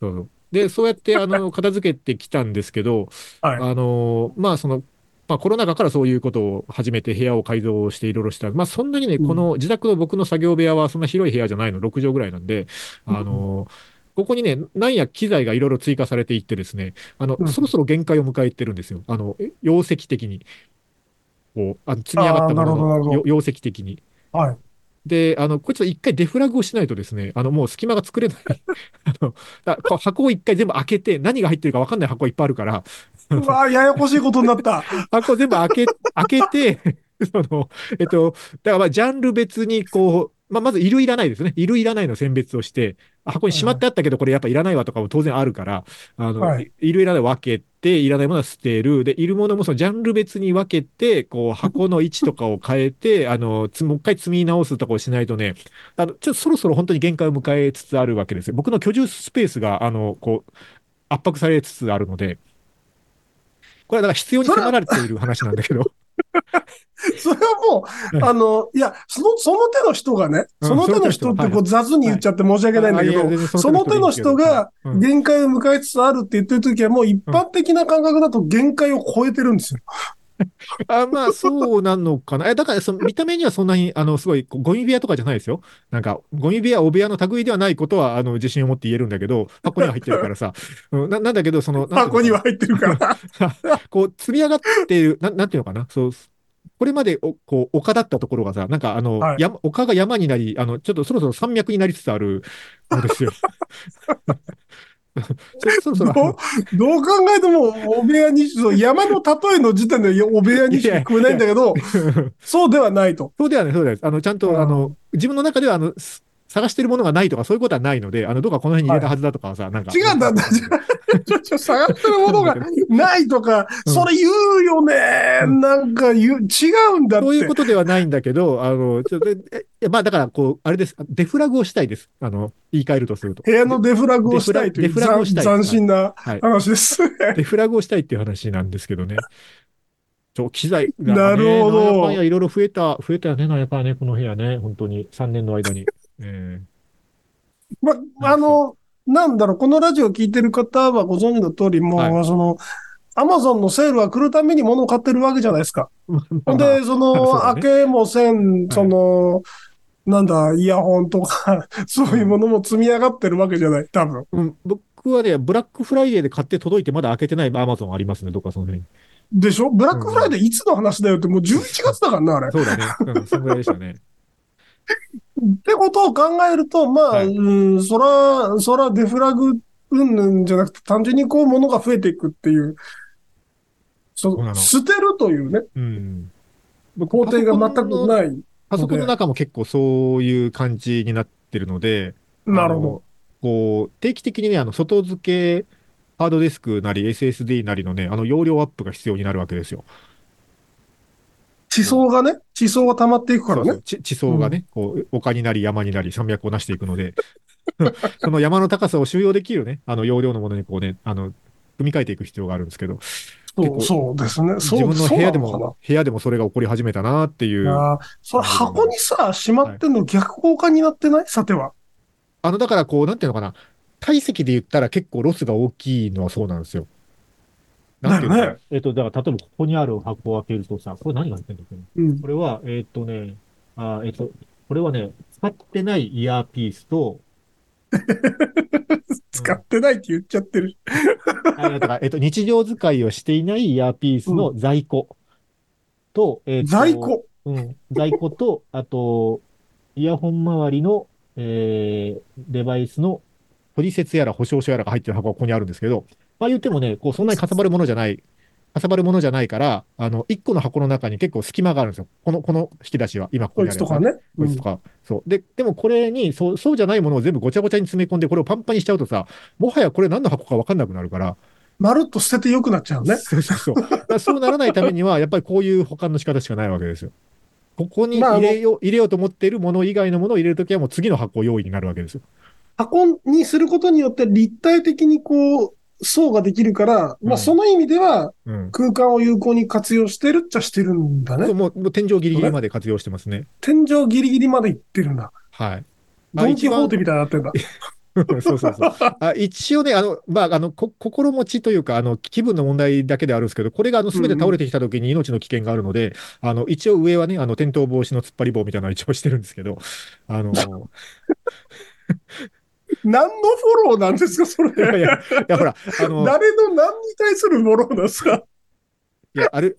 Speaker 2: そうそうで、そうやって、あの、片付けてきたんですけど、
Speaker 3: はい
Speaker 2: あの、まあ、その、まあ、コロナ禍からそういうことを始めて部屋を改造していろいろした。まあ、そんなにね、
Speaker 3: うん
Speaker 2: この自宅の僕の作業部屋はそんな広い部屋じゃないの、6畳ぐらいなんで、あの、ここにね、なんや機材がいろいろ追加されていってですね、あの
Speaker 3: う、ん
Speaker 2: そろそろ限界を迎えてるんですよ。あの、容積的に。こう、あの積み上がったもの
Speaker 3: あーなるほどなるほ
Speaker 2: の
Speaker 3: ど
Speaker 2: よ容積的に。
Speaker 3: はい。
Speaker 2: で、あの、これちょっと一回デフラグをしないとですね、あの、もう隙間が作れない。 (laughs) あの、だこう箱を一回全部開けて、何が入ってるか分かんない箱いっぱいあるから、
Speaker 3: うわややこしいことにな
Speaker 2: (laughs)
Speaker 3: った。
Speaker 2: 箱を全部開け、 (laughs) 開けて、 (laughs) その、えっと、だからまあ、ジャンル別にこう、まあ、まず、いるいらないですね。いるいらないの選別をして、あ箱にしまってあったけど、これやっぱいらないわとかも当然あるから、あの、
Speaker 3: はい
Speaker 2: い、るいらない分けて、いらないものは捨てる。で、いるものもそのジャンル別に分けて、こ
Speaker 3: (laughs)
Speaker 2: う、箱の位置とかを変えて、あの、つもう一回積み直すとかをしないとね、あの、ちょっとそろそろ本当に限界を迎えつつあるわけですよ。僕の居住スペースが、あの、こう、圧迫されつつあるので、これはだから必要に迫られている話なんだけど。
Speaker 3: それはも、
Speaker 2: はいう
Speaker 3: あの、いや、その、その手の人がね、
Speaker 2: うん
Speaker 3: その手の人っ
Speaker 2: その手の人はい
Speaker 3: てこう雑に言っちゃって申し訳ないんだ
Speaker 2: (laughs)
Speaker 3: け
Speaker 2: あいや
Speaker 3: ど、
Speaker 2: 全然
Speaker 3: その手の人が
Speaker 2: うん
Speaker 3: 限界を迎えつつあるって言ってる時はもう一般的な感覚だと限界を超えてるんですよ。
Speaker 2: あまあ、そうなのかな。え、 (laughs) だから、その見た目にはそんなに、あの、すごい、こうゴミ部屋とかじゃないですよ。なんか、ゴミ部屋、お部屋の類ではないことは、あの、自信を持って言えるんだけ
Speaker 3: (laughs)
Speaker 2: ど、箱には入ってるからさ。うん、ななんだけど、その、なんていうのかな
Speaker 3: 箱には入ってるから。
Speaker 2: こう、積み上がっている、ななんていうのかな、そう、これまでおこう丘だったところがさ、なんかあの、
Speaker 3: はい
Speaker 2: 山丘が山になり、あの、ちょっとそろそろ山脈になりつつあるん
Speaker 3: (laughs)
Speaker 2: ですよ。 (laughs) そ (laughs) そろそろあ
Speaker 3: ど
Speaker 2: の
Speaker 3: う、どう考えても、お部屋に、そう山の例えの時点でお部屋にしか聞こえないんだけど、そうではないと。
Speaker 2: そうではない、そうではないです。あの、ちゃん
Speaker 3: うん
Speaker 2: と、あの、自分の中では、あの、す探してるものがないとか、そういうことはないので、あの、どうかこの辺に入れたはずだとかはさ、なんか。
Speaker 3: 違うんだ、だちょちょ探してるも
Speaker 2: (laughs)
Speaker 3: のがないとか、
Speaker 2: うん
Speaker 3: それ言うよね。
Speaker 2: うん
Speaker 3: なんか言う、違うんだって。
Speaker 2: そういうことではないんだけど、あの、
Speaker 3: (laughs)
Speaker 2: ちょっと、ええまあだから、こう、あれです。デフラグをしたいです。あの、言い換えるとすると。
Speaker 3: 部屋のデフラグをしたいとい
Speaker 2: デ
Speaker 3: う
Speaker 2: フラデフラグをしたい
Speaker 3: 斬新な
Speaker 2: はい。
Speaker 3: 話です。 (laughs)
Speaker 2: デフラグをしたいっていう話なんですけどね。ちょ機材が、ね、
Speaker 3: なるほど
Speaker 2: なんやかんやいろいろ増えた、増えたよね、なんやかんやね、この部屋ね、本当に、3年の間に。え
Speaker 3: ま、あの、なんだろう、このラジオ聞いてる方はご存知の通り、もう、
Speaker 2: は
Speaker 3: その、アマゾンのセールは来るために物を買ってるわけじゃないですか。
Speaker 2: えまあ
Speaker 3: (laughs) ほん
Speaker 2: まあ
Speaker 3: で、そ
Speaker 2: (laughs)
Speaker 3: の、
Speaker 2: そうだ
Speaker 3: 開
Speaker 2: ね
Speaker 3: けもせん、その、なんだ、イヤホンとか、そういうものも積み上がってるわけじゃない、多分。
Speaker 2: うん僕はね、ブラックフライデーで買って届いて、まだ開けてないアマゾンありますね、どっかその辺に。
Speaker 3: でしょブラックフライデーいつの話だよって、もう11月だからな、あれ。っ
Speaker 2: そうだね。うん、そんぐらいでしたね。
Speaker 3: てことを考えると、まあ、
Speaker 2: はい
Speaker 3: うん、そら、そらデフラグ、うんぬんじゃなくて、単純にこう、物が増えていくっていう、
Speaker 2: うなの
Speaker 3: そ捨てるというね、
Speaker 2: うん。
Speaker 3: 工程が全く
Speaker 2: い。
Speaker 3: ない。
Speaker 2: パソコンの中も結構そういう感じになってるので、
Speaker 3: なるほ
Speaker 2: あの。こう、定期的にね、あの、外付けハードディスクなり SSD なりのね、あの、容量アップが必要になるわけですよ。
Speaker 3: ど。地層がね、地層が溜まっていくから
Speaker 2: そうそ
Speaker 3: ね
Speaker 2: う。地地層がね、こう、丘になり山になり山脈をなしていくので、 (laughs) その山の高さを収容できるね、あの、容量のものにこうね、あの、組み替えていく必要があるんですけど、
Speaker 3: そう
Speaker 2: 結構
Speaker 3: そうですね。
Speaker 2: 自
Speaker 3: そう
Speaker 2: 分の
Speaker 3: そう
Speaker 2: 部
Speaker 3: な
Speaker 2: 屋で
Speaker 3: のかな
Speaker 2: も、部屋でもそれが起こり始めたなっていう。
Speaker 3: ああ、それ箱にさ、しまってんの逆効果になってないさては。
Speaker 2: あの、だからこう、なんていうのかな、体積で言ったら結構ロスが大きいのはそうなんですよ。なんていうのか
Speaker 3: だ
Speaker 2: な
Speaker 3: よ
Speaker 2: えっと、だから例えばここにある箱を開けるとさ、これ何が入ってんだっけ
Speaker 3: うん。
Speaker 2: これは、えーっとね、あーえーっと、これはね、使ってないイヤーピースと、
Speaker 3: 使ってないって言っちゃってる。
Speaker 2: あーだからえーっと、日常使いをしていないイヤーピースの在庫と、えーっと
Speaker 3: 在庫。
Speaker 2: うん、在庫と、あと、イヤホン周りの、えーデバイスの取説やら保証書やらが入ってる箱がここにあるんですけど、まあ言ってもね、こう、そんなにかさばるものじゃない、かさばるものじゃないから、あの、一個の箱の中に結構隙間があるんですよ。この、この引き出しは、今ここ
Speaker 3: こい
Speaker 2: にあ
Speaker 3: つ
Speaker 2: る
Speaker 3: と
Speaker 2: やつ
Speaker 3: かね。
Speaker 2: こいつとか、そう。で、でもこれに、そう、そうじゃないものを全部ごちゃごちゃに詰め込んで、これをパンパンにしちゃうとさ、もはやこれ何の箱か分かんなくなるから、
Speaker 3: まるっと捨てて良くなっちゃうね。
Speaker 2: そうそうそう。だからそうならないためには、やっぱりこういう保管の仕方しかないわけですよ。ここに
Speaker 3: まああ
Speaker 2: 入
Speaker 3: の
Speaker 2: れよう、入れようと思っているもの以外のものを入れるときは、もう次の箱用意になるわけですよ。
Speaker 3: 箱にすることによって立体的にこう、層ができるから、
Speaker 2: うん
Speaker 3: まあその意味では
Speaker 2: うん。
Speaker 3: 空間を有効に活用してるっちゃしてるんだ
Speaker 2: そう
Speaker 3: ね。
Speaker 2: もう、もう天井ギリギリまで活用してますね。
Speaker 3: 天井ギリギリまで行ってるんだ。
Speaker 2: はい。
Speaker 3: ドンキホーテみたいになってんだ。
Speaker 2: そうそうそう。あ一応ね、あの、まあ、あの、こ心持ちというか、あの、気分の問題だけではあるんですけど、これが、あの、すべて倒れてきた時に命の危険があるので、あの、一応上はね、あの、転倒防止の突っ張り棒みたいなのは一応してるんですけど、あの、い
Speaker 3: 何のフォローなんですか、それ。
Speaker 2: やいや、いや、ほら、あの、
Speaker 3: 誰の何に対するフォローですか。
Speaker 2: いや、ある、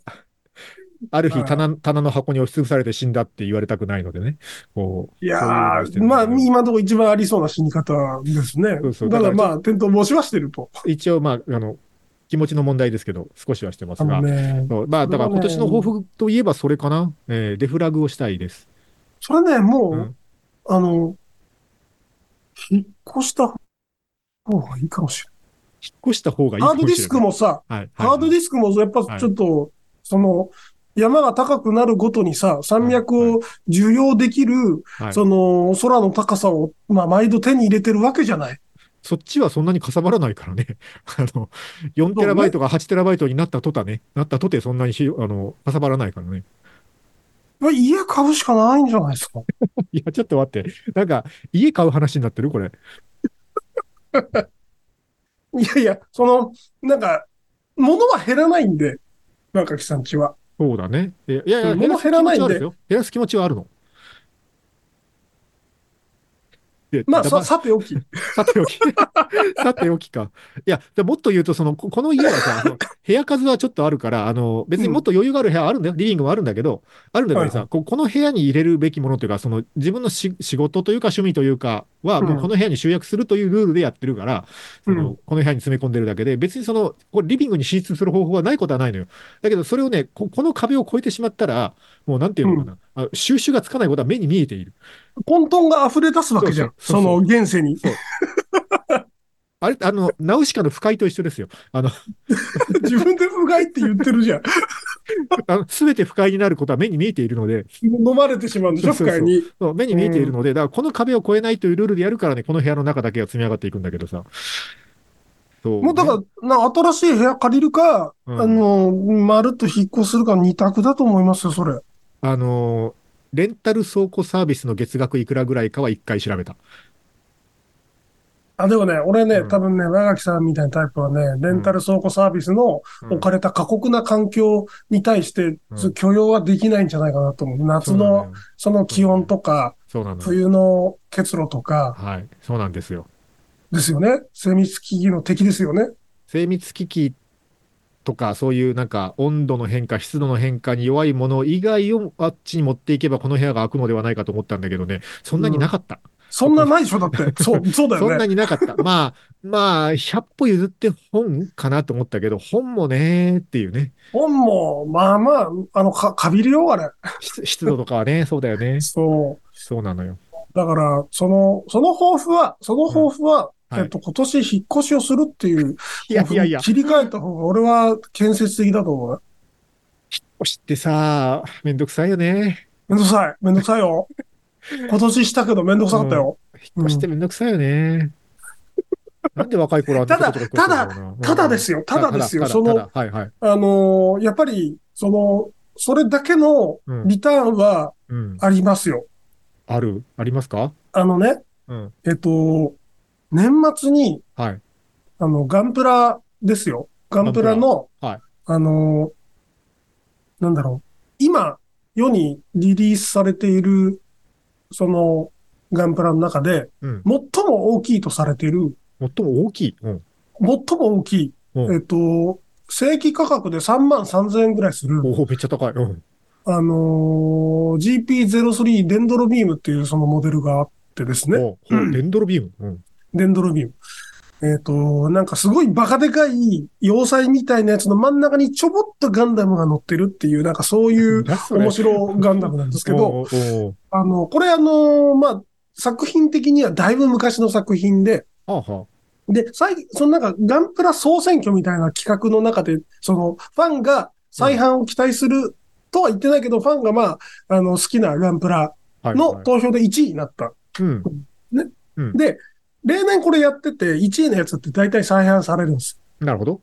Speaker 2: ある
Speaker 3: は
Speaker 2: 日、
Speaker 3: い
Speaker 2: 棚、棚の箱に押しつぶされて死んだって言われたくないのでね、こう、
Speaker 3: いや
Speaker 2: そういうのをし
Speaker 3: ー、
Speaker 2: てる
Speaker 3: まあ、今のところ一番ありそうな死に方ですね。
Speaker 2: そうそう
Speaker 3: ただ
Speaker 2: だから
Speaker 3: まあ、転倒申しはしてると。
Speaker 2: 一応、まあ、あの、気持ちの問題ですけど、少しはしてま
Speaker 3: あ
Speaker 2: すが、
Speaker 3: のね、
Speaker 2: そうまあ、だから今年の抱負といえばそれかな、えーデフラグをしたいです。
Speaker 3: それね、もう、
Speaker 2: うん
Speaker 3: あの、引っ越した方がいいかもしれ
Speaker 2: 引っ越した方がいい
Speaker 3: ない。
Speaker 2: か
Speaker 3: ハードディスク
Speaker 2: も
Speaker 3: もさ、
Speaker 2: しれない。はい。
Speaker 3: ハードディスクもやっぱちょっと、その、山が高くなるごとにさ、山脈を受容できる、
Speaker 2: はい
Speaker 3: その、空の高さを、まあ、毎度手に入れてるわけじゃない。
Speaker 2: そっちはそんなにかさばらないからね。 (laughs) あの、4テラバイトが8テラバイトになったとたね、なったとてそんなにひあの、かさばらないからね。 (laughs)
Speaker 3: まあ家買うしかないんじゃないですか。
Speaker 2: いや、ちょっと待って。なんか、家買う話になってるこれ。
Speaker 3: いやいや、その、なんか、物は減らないんで、若木さんちは。
Speaker 2: そうだね。いやいやいや、
Speaker 3: 物減らないんで
Speaker 2: 減らす気持ちはあるよ。減らす気持ちはあるの。で
Speaker 3: まあ、
Speaker 2: だ
Speaker 3: さ、さておき。
Speaker 2: さてお
Speaker 3: (laughs)
Speaker 2: き。さておきか。いや、でもっと言うと、その、ここの家はさ、あの部屋数はちょっとあるから、あの、別にもっと余裕がある部屋はあるんだよ。リビングもあるんだけど、あるんだけど
Speaker 3: はい
Speaker 2: さ、ここの部屋に入れるべきものというか、その、自分のし仕事というか趣味というかは、
Speaker 3: うん
Speaker 2: もうこの部屋に集約するというルールでやってるから、その
Speaker 3: う
Speaker 2: この部屋に詰め込んでるだけで、別にその、これリビングに進出する方法はないことはないのよ。だけど、それをね、ここの壁を越えてしまったら、もうなんていうのかな、あ収集がつかないことは目に見えている。
Speaker 3: 混沌が溢れ出すわけじゃん。
Speaker 2: そうそう
Speaker 3: その現世に。
Speaker 2: あれ、あの、ナウシカの不快と一緒ですよ。あの、
Speaker 3: 自分でうがいって言ってるじゃん。
Speaker 2: (laughs) あの、すべて不快になることは目に見えているので、
Speaker 3: 飲まれてしまうんでしょ、
Speaker 2: そ
Speaker 3: 不
Speaker 2: うそうそう
Speaker 3: 快に。
Speaker 2: そう目に見えているので、だからこの壁を越えないというルールでやるからね、この部屋の中だけが積み上がっていくんだけどさ。そう、
Speaker 3: もうだから、な、新しい部屋借りるか、
Speaker 2: うん
Speaker 3: あの、まるっと引っ越しするか二択だと思いますよ、それ。
Speaker 2: あのーレンタル倉庫サービスの月額いくらぐらいかは一回調べた。
Speaker 3: あ、でもね、俺ね、
Speaker 2: うん
Speaker 3: 多分ね、長木さんみたいなタイプはね、レンタル倉庫サービスの
Speaker 2: うん
Speaker 3: 置かれた過酷な環境に対して、
Speaker 2: うん
Speaker 3: 許容はできないんじゃないかなと思う。夏の、その気温とか、
Speaker 2: そうなのよ。そうなのよ。
Speaker 3: 冬の結露とか、
Speaker 2: はい。そうなんですよ。
Speaker 3: ですよね。精密機器の敵ですよね。
Speaker 2: 精密機器とか、そういうなんか温度の変化、湿度の変化に弱いもの以外をあっちに持っていけばこの部屋が開くのではないかと思ったんだけどね、そんなになかった。
Speaker 3: そんなないでしょ、
Speaker 2: (laughs)
Speaker 3: だって。そう、そうだ
Speaker 2: そん
Speaker 3: よ
Speaker 2: な
Speaker 3: ね。
Speaker 2: になかった。まあ、まあ、100歩譲って本かなと思ったけど、本もねーっていうね。
Speaker 3: 本も、まあまあ、あの、か、かびるよ、あれ。
Speaker 2: 湿湿度とかはね、そうだよね。
Speaker 3: そう。
Speaker 2: そうなのよ。
Speaker 3: だから、その、その抱負は、その抱負は、
Speaker 2: うんはい
Speaker 3: えっと、今年引っ越しをするっていう、
Speaker 2: (laughs) いやいやいや、
Speaker 3: 切り替えた方が、俺は建設的だと思
Speaker 2: 押
Speaker 3: う。
Speaker 2: してさ、めんどくさいよね。
Speaker 3: めんどくさい。めんどくさ
Speaker 2: (laughs)
Speaker 3: いよ。今年したけどめんどくさかったよ。
Speaker 2: 引っ越してめんどくさいよね。なんで若い頃は
Speaker 3: ただただですよ。ただですよ。そ、
Speaker 2: うんた
Speaker 3: の、
Speaker 2: ただはいはい。
Speaker 3: あのーやっぱり、その、それだけの
Speaker 2: うん
Speaker 3: リターンは
Speaker 2: うん
Speaker 3: ありますよ。
Speaker 2: あるありますか
Speaker 3: あのね、
Speaker 2: うん。
Speaker 3: えっと、年末に、
Speaker 2: はい。
Speaker 3: あの、ガンプラですよ。ガンプラの、
Speaker 2: ガン
Speaker 3: あのーなんだろう。今、世にリリースされている、その、ガンプラの中で、
Speaker 2: うん。
Speaker 3: 最も大きいとされている、
Speaker 2: 最も大きい。うん。
Speaker 3: 最も大きい、
Speaker 2: うん
Speaker 3: えっと、正規価格で3万3000円ぐらいする、
Speaker 2: おお、めっちゃ高い。うん。
Speaker 3: あのー GP03 デンドロビームっていうそのモデルがあってですね、
Speaker 2: おうデンドロビウム。うん。
Speaker 3: デンドロビウム。えっ、と、なんかすごいバカでかい要塞みたいなやつの真ん中にちょぼっとガンダムが乗ってるっていう、なんかそうい
Speaker 2: なん
Speaker 3: う
Speaker 2: だそれ
Speaker 3: 面白ガンダムなんですけど、
Speaker 2: おうおう
Speaker 3: あの、これあの、まあ、作品的にはだいぶ昔の作品で、
Speaker 2: おうはあは
Speaker 3: で、最近、そのなんかガンプラ総選挙みたいな企画の中で、そのファンが再販を期待するとは言ってないけど、ファンがまあ、あの、好きなガンプラ
Speaker 2: あ。はい
Speaker 3: の
Speaker 2: はい
Speaker 3: 投票で1位になった。
Speaker 2: うん。
Speaker 3: で、例年これやってて、1位のやつって大体再販されるんですよ
Speaker 2: なるほど。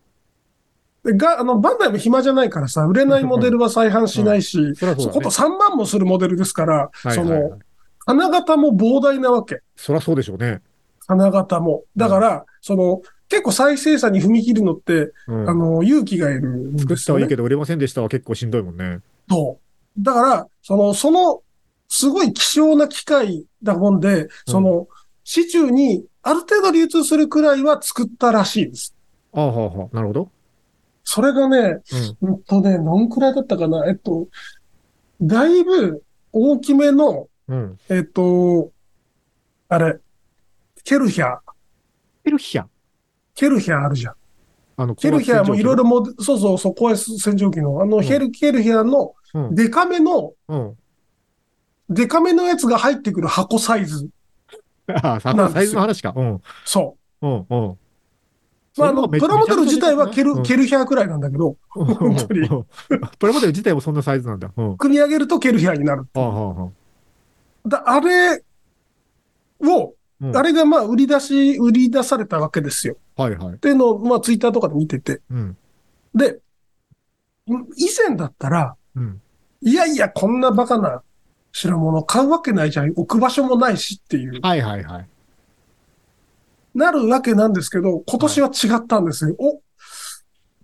Speaker 3: でが、あの、バンダイも暇じゃないからさ、売れないモデルは再販しないし、
Speaker 2: そりゃそうだ、
Speaker 3: こ
Speaker 2: ね
Speaker 3: と。3万もするモデルですから、
Speaker 2: はいはい
Speaker 3: そ
Speaker 2: は
Speaker 3: の
Speaker 2: い、、
Speaker 3: 花形も膨大なわけ。
Speaker 2: そりゃそうでしょうね。
Speaker 3: 花形も。だから、その、結構再生産に踏み切るのって、
Speaker 2: うん、
Speaker 3: あの、勇気がいるん
Speaker 2: 作
Speaker 3: で
Speaker 2: っ
Speaker 3: す
Speaker 2: た
Speaker 3: よ、
Speaker 2: は
Speaker 3: ね。
Speaker 2: いいけど、売れませんでしたは結構しんどいもんね。
Speaker 3: そう。だから、その、その、すごい希少な機械だもんで、その、市中にある程度流通するくらいは作ったらしいです。
Speaker 2: ああ、はあ、はあ、なるほど。
Speaker 3: それがね、
Speaker 2: うん。
Speaker 3: うんとね、どんくらいだったかなえっと、だいぶ大きめの、
Speaker 2: うん。
Speaker 3: えっと、あれ、ケルヒャー。
Speaker 2: ケルヒャ。
Speaker 3: ケルヒャーあるじゃん。
Speaker 2: あの、
Speaker 3: ケルヒャーもいろい
Speaker 2: ろ。
Speaker 3: ろも、そうそうそう、高圧洗浄機の、あの、
Speaker 2: うん
Speaker 3: ヘル、ケルヒャーの
Speaker 2: うん。
Speaker 3: デカめの、
Speaker 2: うん。
Speaker 3: デカめのやつが入ってくる箱サイズ。
Speaker 2: ああ、さ
Speaker 3: なんですよ
Speaker 2: サイズの話か。うん。
Speaker 3: そ
Speaker 2: うん。うん。
Speaker 3: う。まあ、あの、プラモデル自体はケル、
Speaker 2: ル、
Speaker 3: ケルヒャーくらいなんだけど、
Speaker 2: 本
Speaker 3: 本当に
Speaker 2: プラモデル自体もそんなサイズなんだ。うん。
Speaker 3: 組み上げるとケルヒャーになる。
Speaker 2: ああ、はあ、は
Speaker 3: だあれを、
Speaker 2: あ。うん
Speaker 3: あれがまあ、売り出し、売り出されたわけですよ。
Speaker 2: はいはい
Speaker 3: っ。ていうのを、まあ、ツイッターとかで見てて。
Speaker 2: うん。
Speaker 3: で、ん以前だったら、
Speaker 2: うん。
Speaker 3: いやいや、こんなバカな品物買うわけないじゃん。置く場所もないしっていう、
Speaker 2: はいはいはい。
Speaker 3: なるわけなんですけど、今年は違ったんですよ。お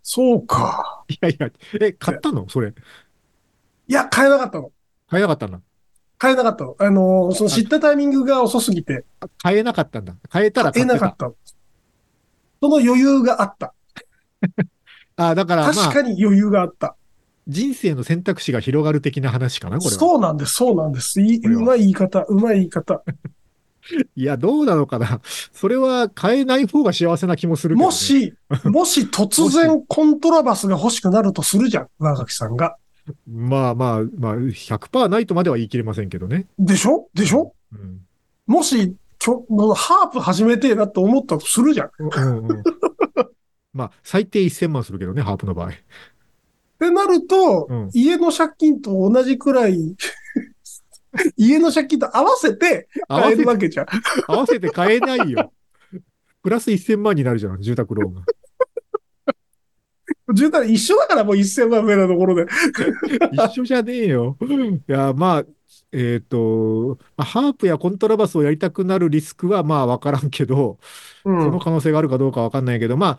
Speaker 3: そうか。
Speaker 2: いやいや、え、買ったのそれ。
Speaker 3: いや、変えなかったの。
Speaker 2: 変えなかったんだ。
Speaker 3: 変えなかったの。あのー、その知ったタイミングが遅すぎて、
Speaker 2: 変えなかったんだ。変えたら買
Speaker 3: 変え
Speaker 2: って
Speaker 3: なかったの。その余裕があった。
Speaker 2: ああ、だからま
Speaker 3: 確
Speaker 2: あ、
Speaker 3: かに余裕があった。
Speaker 2: 人生の選択肢が広がる的な話かな、これは。
Speaker 3: そうなんです、そうなんです。い
Speaker 2: これは
Speaker 3: うまい言い方、うまい言い方。
Speaker 2: いや、どうなのかな。 (laughs) それは変えない方が幸せな気もするけど、ね。
Speaker 3: も
Speaker 2: (laughs)
Speaker 3: し、もし突然コントラバスが欲しくなるとするじゃん、長垣さんが。
Speaker 2: まあまあ、まあ、100%ないとまでは言い切れませんけどね。
Speaker 3: でしょでしょ
Speaker 2: うん。
Speaker 3: もし、きょもうハープ始めてえなって思ったとするじゃん。っ
Speaker 2: うん
Speaker 3: (laughs)
Speaker 2: うんまあ、最低1000万するけどね、ハープの場合。
Speaker 3: てなると、
Speaker 2: うん
Speaker 3: 家の借金と同じくらい、 (laughs) 家の借金と合わせて
Speaker 2: 合わ
Speaker 3: 買え
Speaker 2: せ
Speaker 3: る
Speaker 2: て、
Speaker 3: わけじゃん。
Speaker 2: 合わせて買えないよ。プラス1000万になるじゃん、住宅ローンが。
Speaker 3: 住宅一緒だからもう1000万上のところで。
Speaker 2: 一緒じゃねえよ。いや、まあ、えっ、と、まあハープやコントラバスをやりたくなるリスクはまあ分からんけど、
Speaker 3: う
Speaker 2: その
Speaker 3: ん。
Speaker 2: 可能性があるかどうか分かんないけど、まあ、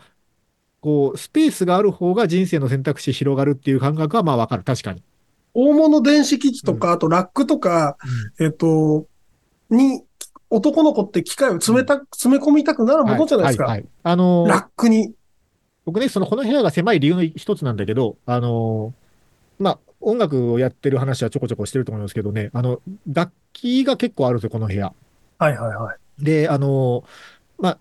Speaker 2: こう、スペースがある方が人生の選択肢広がるっていう感覚はまあ分かる。確かに。
Speaker 3: 大物電子機器とか、あとラックとか、えっと、に、男の子って機械を詰めた、詰め込みたくなるものじゃないですか。
Speaker 2: はいはいはいあのー
Speaker 3: ラックに。
Speaker 2: 僕ね、その、この部屋が狭い理由の一つなんだけど、あのーまあ、音楽をやってる話はちょこちょこしてると思いますけどね、あの、楽器が結構あるんですよ、この部屋。
Speaker 3: はいはいはい。
Speaker 2: で、あのーまあ、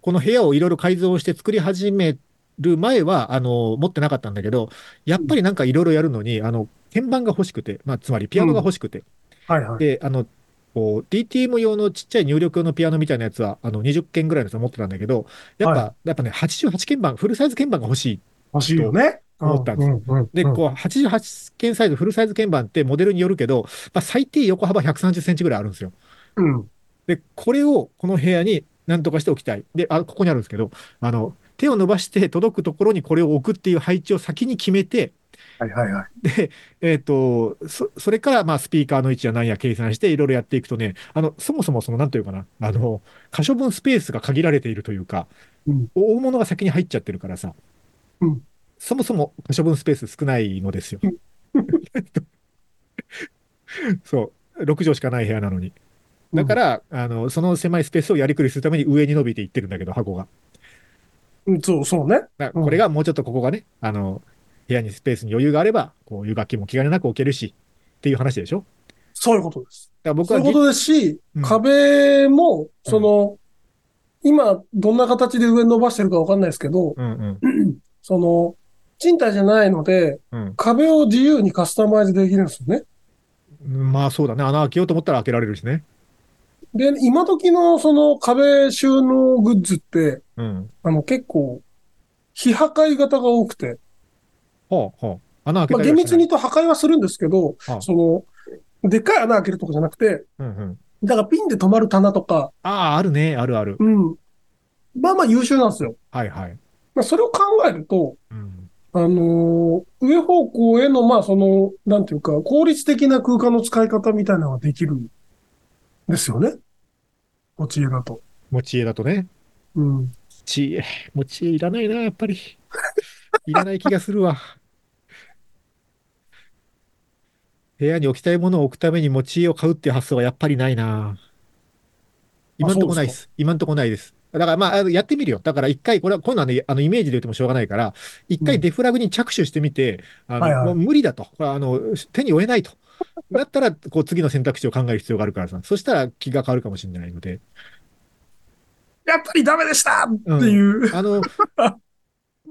Speaker 2: この部屋をいろいろ改造して作り始める前は、あのー持ってなかったんだけど、やっぱりなんかいろいろやるのに、あの、鍵盤が欲しくて、まあ、つまりピアノが欲しくて、
Speaker 3: はいはい。
Speaker 2: で、あの、こう、DTM 用のちっちゃい入力用のピアノみたいなやつは、あの、20件ぐらいのやつを持ってたんだけど、やっぱ、
Speaker 3: は
Speaker 2: やっぱね、88鍵盤、フルサイズ鍵盤が欲しい。
Speaker 3: 欲しいよね。
Speaker 2: 思ったんです
Speaker 3: うんうんうん
Speaker 2: で、こう、88鍵サイズ、フルサイズ鍵盤ってモデルによるけど、まあ、最低横幅130センチぐらいあるんですよ。
Speaker 3: うん。
Speaker 2: で、これをこの部屋に何とかしておきたい。で、あ、ここにあるんですけど、あの、手を伸ばして届くところにこれを置くっていう配置を先に決めて、
Speaker 3: はいはいはい。
Speaker 2: で、えっ、と、そ、それから、まあ、スピーカーの位置やなんや計算していろいろやっていくとね、あの、そもそもその、なんというかな、あの、可処分スペースが限られているというか、
Speaker 3: うん
Speaker 2: 大物が先に入っちゃってるからさ、
Speaker 3: うん
Speaker 2: そもそも可処分スペース少ないのですよ。 (laughs) そう、6畳しかない部屋なのに。だから、あの、その狭いスペースをやりくりするために上に伸びていってるんだけど、箱が。
Speaker 3: うん、そうそうね。
Speaker 2: だから
Speaker 3: うん
Speaker 2: これがもうちょっとここがね、あの、部屋にスペースに余裕があれば、こういう楽器も気兼ねなく置けるし、っていう話でしょ
Speaker 3: そういうことです。
Speaker 2: だから僕
Speaker 3: そう
Speaker 2: は
Speaker 3: いうことですし、
Speaker 2: うん
Speaker 3: 壁も、その、今、どんな形で上に伸ばしてるかわかんないですけど、
Speaker 2: うんうん
Speaker 3: その、賃貸じゃないので、
Speaker 2: うん
Speaker 3: 壁を自由にカスタマイズできるんですよね。
Speaker 2: うん。まあそうだね。穴開けようと思ったら開けられるしね。
Speaker 3: で、今時のその壁収納グッズって、
Speaker 2: うん。
Speaker 3: あの結構、非破壊型が多くて、
Speaker 2: ほうほう。穴開け
Speaker 3: まあ
Speaker 2: たり
Speaker 3: 厳
Speaker 2: はし
Speaker 3: 密
Speaker 2: ない
Speaker 3: に言うと破壊はするんですけど
Speaker 2: は、あ
Speaker 3: その、でっかい穴開けるとかじゃなくて、
Speaker 2: うんうん。
Speaker 3: だからピンで止まる棚とか、
Speaker 2: ああ、あるね。あるある。
Speaker 3: うん。まあまあ優秀なんですよ。
Speaker 2: はいはい。
Speaker 3: まあ、それを考えると、
Speaker 2: うん。
Speaker 3: あのー上方向への、まあその、なんていうか、効率的な空間の使い方みたいなのができるんですよね。持ち家だと。
Speaker 2: 持ち家だとね。
Speaker 3: うん。
Speaker 2: 持ち家。持ち家いらないな、やっぱり。いらない気がするわ。部屋に置きたいものを置くために持ち家を買うっていう発想はやっぱりないな。今んとこないです。今んとこないです。だからまああの、やってみるよ。だから一回、これは、こういうのはね、あの、イメージで言ってもしょうがないから、一
Speaker 3: う
Speaker 2: 回
Speaker 3: ん
Speaker 2: デフラグに着手してみて、あの、
Speaker 3: はいはい
Speaker 2: もう無理だと。これはあの、手に負えないと。だったら、こう、次の選択肢を考える必要があるからさ。そしたら気が変わるかもしれないので。
Speaker 3: やっぱりダメでしたっていう。
Speaker 2: あ (laughs) の、ま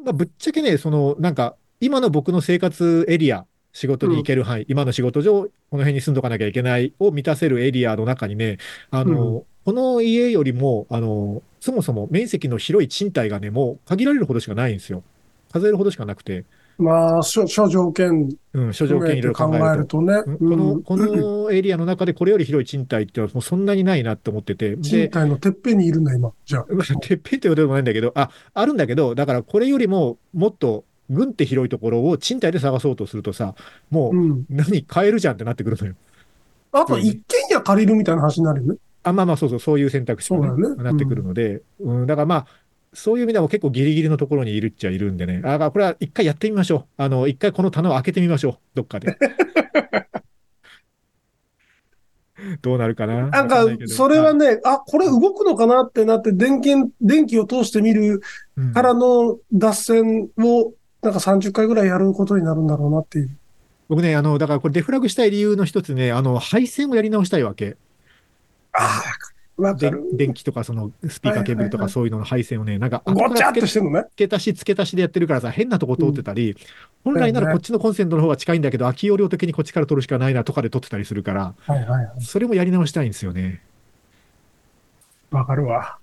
Speaker 2: あ、ぶっちゃけね、その、なんか、今の僕の生活エリア、仕事に行ける範囲、今の仕事上、この辺に住んどかなきゃいけないを満たせるエリアの中にね、あの、この家よりも、あの、そもそも面積の広い賃貸がね、もう限られるほどしかないんですよ。数えるほどしかなくて、
Speaker 3: まあ、諸諸条件
Speaker 2: うん、諸条
Speaker 3: 含
Speaker 2: 件
Speaker 3: め
Speaker 2: いろい
Speaker 3: て
Speaker 2: ろ考
Speaker 3: 考
Speaker 2: え
Speaker 3: え
Speaker 2: る
Speaker 3: る
Speaker 2: と。
Speaker 3: とね。
Speaker 2: うんこ
Speaker 3: う
Speaker 2: の、
Speaker 3: ん
Speaker 2: このエリアの中でこれより広い賃貸っていうのはもうそんなにないなって思ってて。で
Speaker 3: 人体のてっぺんにいるの、今。じゃあ。
Speaker 2: まあ (laughs) てっぺんってことでもないんだけど、あ、あるんだけど、だからこれよりももっとぐんって広いところを賃貸で探そうとするとさ、も
Speaker 3: う。
Speaker 2: うん何買えるじゃんってなってくるのよ。
Speaker 3: あと、一軒家借りるみたいな話になるよね。
Speaker 2: あ、まあまあそうそう、そういう選択肢が
Speaker 3: そうだよね
Speaker 2: なってくるので、うん、だからまあ、そういう意味でも結構ギリギリのところにいるっちゃいるんでね。ああ、これは一回やってみましょう。あの、一回この棚を開けてみましょう。どっか
Speaker 3: (laughs)
Speaker 2: で。どうなるかな。
Speaker 3: な
Speaker 2: わ
Speaker 3: んか
Speaker 2: いけ、ど
Speaker 3: それは、ね、あ、これ動くのかなってなって、電源、電気を通してみる
Speaker 2: うん
Speaker 3: からの脱線を、なんか30回ぐらいやることになるんだろうなっていう。
Speaker 2: 僕ね、あの、だからこれデフラグしたい理由の一つね、あの、配線をやり直したいわけ。
Speaker 3: ああ、わか
Speaker 2: で
Speaker 3: る。
Speaker 2: 電気とかそのスピーカーケーブルとかそういうのの配線をね、なんか、あ
Speaker 3: ごちゃっとしてんのね。
Speaker 2: 付け足し付け足しでやってるからさ、変なとこ通ってたり、本来ならこっちのコンセントの方が近いんだけど、空き容量的にこっちから取るしかないなとかで取ってたりするから、
Speaker 3: はいはいはい。
Speaker 2: それもやり直したいんですよね。
Speaker 3: わかるわ。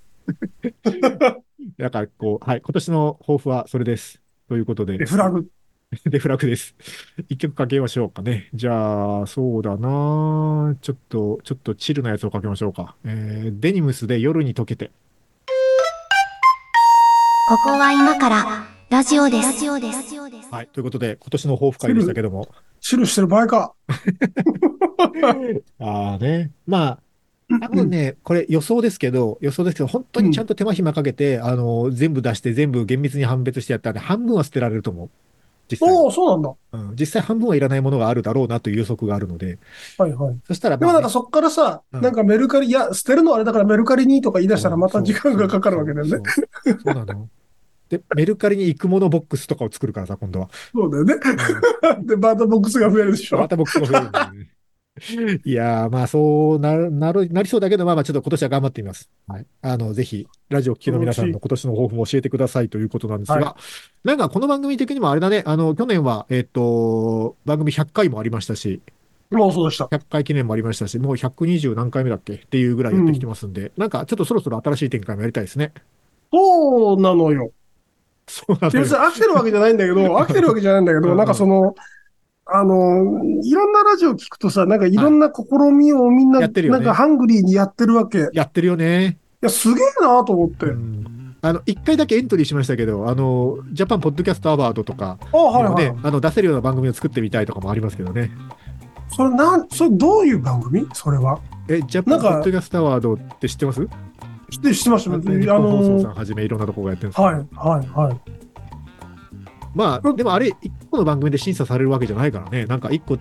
Speaker 2: だからこう、はい、今年の抱負はそれです。ということで
Speaker 3: デ、フラグ。
Speaker 2: デフラグ (laughs) です。一曲かけましょうかね。じゃあ、そうだなちょっと、ちょっとチルなやつをかけましょうか。えーデニムスで夜に溶けて。
Speaker 1: ここは今からラジオです。ラジオです。
Speaker 2: はい、ということで、今年の抱負会でしたけども。
Speaker 3: チルしてる場合か。
Speaker 2: (laughs) ああね。まあ、多分ね、これ予想ですけど、予想ですけど、本当にちゃんと手間暇かけて、あの、全部出して、全部厳密に判別してやったんで、半分は捨てられると思う。実際
Speaker 3: おお、そうなんだ。
Speaker 2: うん実際半分はいらないものがあるだろうなという予測があるので、
Speaker 3: はいはい。
Speaker 2: そしたら、
Speaker 3: で
Speaker 2: まあ
Speaker 3: も
Speaker 2: ね
Speaker 3: なんかそっからさ、
Speaker 2: うん
Speaker 3: なんかメルカリ、いや、捨てるのはあれだからメルカリにとか言い出したらまた時間がかかるわけだよね。。
Speaker 2: そうそうそうそうなの。で、メルカリに行くものボックスとかを作るからさ、今度は。
Speaker 3: そうだよね。 (laughs) で、バートボックスが増えるでし
Speaker 2: ま
Speaker 3: ょ。
Speaker 2: たボックスが増えるんだよね。いやー、まあそうなる、なる、なりそうだけど、まあまあちょっと今年は頑張ってみます。はい。あの、ぜひ、ラジオ聴きの皆さんの今年の抱負も教えてくださいということなんですが、
Speaker 3: は
Speaker 2: なんかこの番組的にもあれだね、あの、去年は、えっ、と、番組100回もありましたし、
Speaker 3: もうそうでした。
Speaker 2: 100回記念もありましたし、もう120何回目だっけっていうぐらいやってきてますんで、なんかちょっとそろそろ新しい展開もやりたいですね。 (laughs)
Speaker 3: そうなのよ。
Speaker 2: そうなん
Speaker 3: いや別に飽きてるわけじゃない
Speaker 2: (laughs)
Speaker 3: んだけど、飽きてるわけじゃないんだけ
Speaker 2: うんう
Speaker 3: ど、
Speaker 2: ん
Speaker 3: なんかその、あの、いろんなラジオ聞くとさ、なんかいろんな試みをみんな、
Speaker 2: やってるよ
Speaker 3: な
Speaker 2: ね
Speaker 3: んかハングリーにやってるわけ。い
Speaker 2: やってるよね。
Speaker 3: や、すげえなと思って。
Speaker 2: うんあの、1回だけエントリーしましたけど、あの、ジャパンポッドキャストアワードとか、
Speaker 3: あ、はいはい。
Speaker 2: ね、あの出せるような番組を作ってみたいとかもありますけどね。
Speaker 3: それなん、それどういう番組それは。
Speaker 2: え、ジャパン
Speaker 3: なん
Speaker 2: ポ
Speaker 3: か
Speaker 2: ッドキャストアワードって知ってます
Speaker 3: 知って、知ってました。あ
Speaker 2: 日本放送さ
Speaker 3: の、
Speaker 2: んはじめいろんなとこがやってるんですけど
Speaker 3: はい、はい、はい。
Speaker 2: まあ、
Speaker 3: うん
Speaker 2: でもあれ、一個の番組で審査されるわけじゃないからね。なんか一個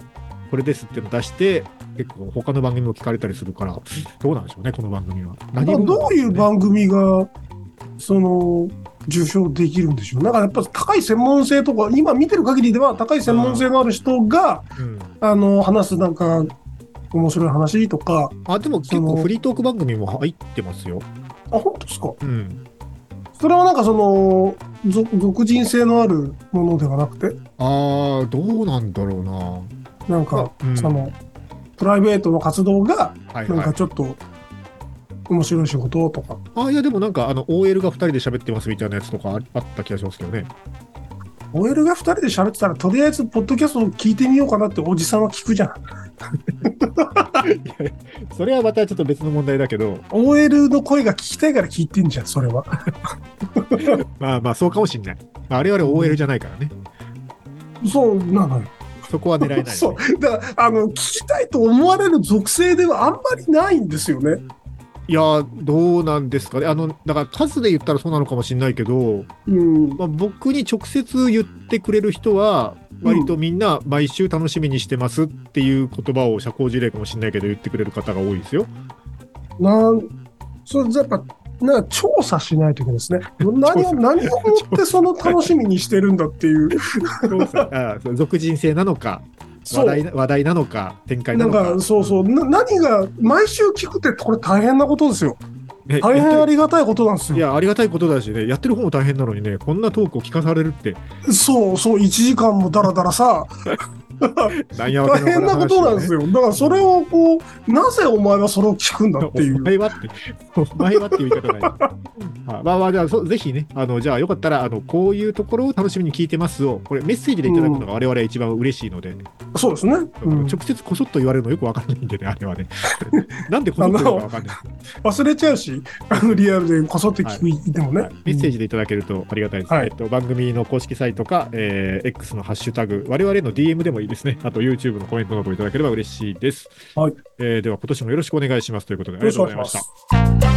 Speaker 2: これですっていうの出して、結構他の番組も聞かれたりするから、どうなんでしょうね、この番組は。何
Speaker 3: まあ
Speaker 2: 者な
Speaker 3: ど
Speaker 2: ん
Speaker 3: う
Speaker 2: でし
Speaker 3: い
Speaker 2: ょ
Speaker 3: う
Speaker 2: ね
Speaker 3: 番組が、その、受賞できるんでしょう。なんかやっぱ高い専門性とか、今見てる限りでは高い専門性のある人が、
Speaker 2: うん
Speaker 3: あの、話すなんか、面白い話とか、
Speaker 2: あ、でも結
Speaker 3: そ
Speaker 2: 構
Speaker 3: の
Speaker 2: フリートーク番組も入ってますよ。
Speaker 3: あ、本当ですか
Speaker 2: うん。
Speaker 3: それはなんかその、ぞ俗人性のあるものではなくて、
Speaker 2: ああ、どうなんだろうな。
Speaker 3: なんか、
Speaker 2: あうん
Speaker 3: その、プライベートの活動が、
Speaker 2: はい
Speaker 3: なん
Speaker 2: は
Speaker 3: か
Speaker 2: い。
Speaker 3: ちょっと、面白い仕事とか。
Speaker 2: あ、いや、でもなんか、あの、OL が2人で喋ってますみたいなやつとかああった気がしますけどね。
Speaker 3: OL が2人で喋ってたら、とりあえず、ポッドキャストを聞いてみようかなっておじさんは聞くじゃん。
Speaker 2: それはまたちょっと別の問題だけど、
Speaker 3: OL の声が聞きたいから聞いてんじゃん、それは。
Speaker 2: まあまあそうかもしんない。まあ我々 OL じゃないからね。
Speaker 3: そうなのよ。
Speaker 2: そこは狙えない、ね。
Speaker 3: (laughs) そう。だから、あの、聞きたいと思われる属性ではあんまりないんですよね。
Speaker 2: いやー、どうなんですかね。あの、だから数で言ったらそうなのかもしんないけど、
Speaker 3: うん。
Speaker 2: まあ、僕に直接言ってくれる人は、割とみんな毎週楽しみにしてますっていう言葉を社交辞令かもしんないけど言ってくれる方が多いですよ。
Speaker 3: なん、それじゃやっぱ、なんか調査しないといけないですね。何
Speaker 2: 調査
Speaker 3: を、何をもってその楽しみにしてるんだっていう。
Speaker 2: そうさ (laughs) あーそう俗人性なのか、
Speaker 3: そ
Speaker 2: 話
Speaker 3: う。
Speaker 2: 題な話題なのか、展開な
Speaker 3: なん
Speaker 2: のか。
Speaker 3: か、そうそう。な何が、毎週聞くってこれ大変なことですよ。
Speaker 2: ね
Speaker 3: 大変あ
Speaker 2: やって
Speaker 3: りがたいことなんです
Speaker 2: るい
Speaker 3: よ。
Speaker 2: や、ありがたいことだしね、やってる方も大変なのにね、こんなトークを聞かされるって、
Speaker 3: そうそう、1時間もだらだらさ、
Speaker 2: なんやわ
Speaker 3: 大
Speaker 2: けのわか
Speaker 3: 変
Speaker 2: ら
Speaker 3: なことなん
Speaker 2: 話をね
Speaker 3: ですよ。だからそれをこう、なぜお前はそれを聞くんだってい
Speaker 2: お
Speaker 3: う。
Speaker 2: 前はって、お前はっていう言い
Speaker 3: (laughs)
Speaker 2: 方ない。はいまあまあ、じゃあ、そうぜひね、あの、じゃあよかったら、あの、こういうところを楽しみに聞いてますを、これメッセージでいただくのが我々一番嬉しいので、
Speaker 3: そうですね。うん
Speaker 2: 直接こそっと言われるのよくわかんないんでね、あれ
Speaker 3: (laughs)
Speaker 2: はね。なんでこそっと言うのかわかんない。
Speaker 3: 忘れちゃうし、あのリアルでこそって聞いても
Speaker 2: は
Speaker 3: ね
Speaker 2: い。メッセージでいただけるとありがたいです。
Speaker 3: はい
Speaker 2: えっと、番組の公式サイトか、えー X のハッシュタグ、我々への DM でもいいですね。あと YouTube のコメントなどいただければ嬉しいです。
Speaker 3: はい
Speaker 2: えーでは今年もよろしくお願いしますということで、ありがとうございました。
Speaker 3: よろしくお願いします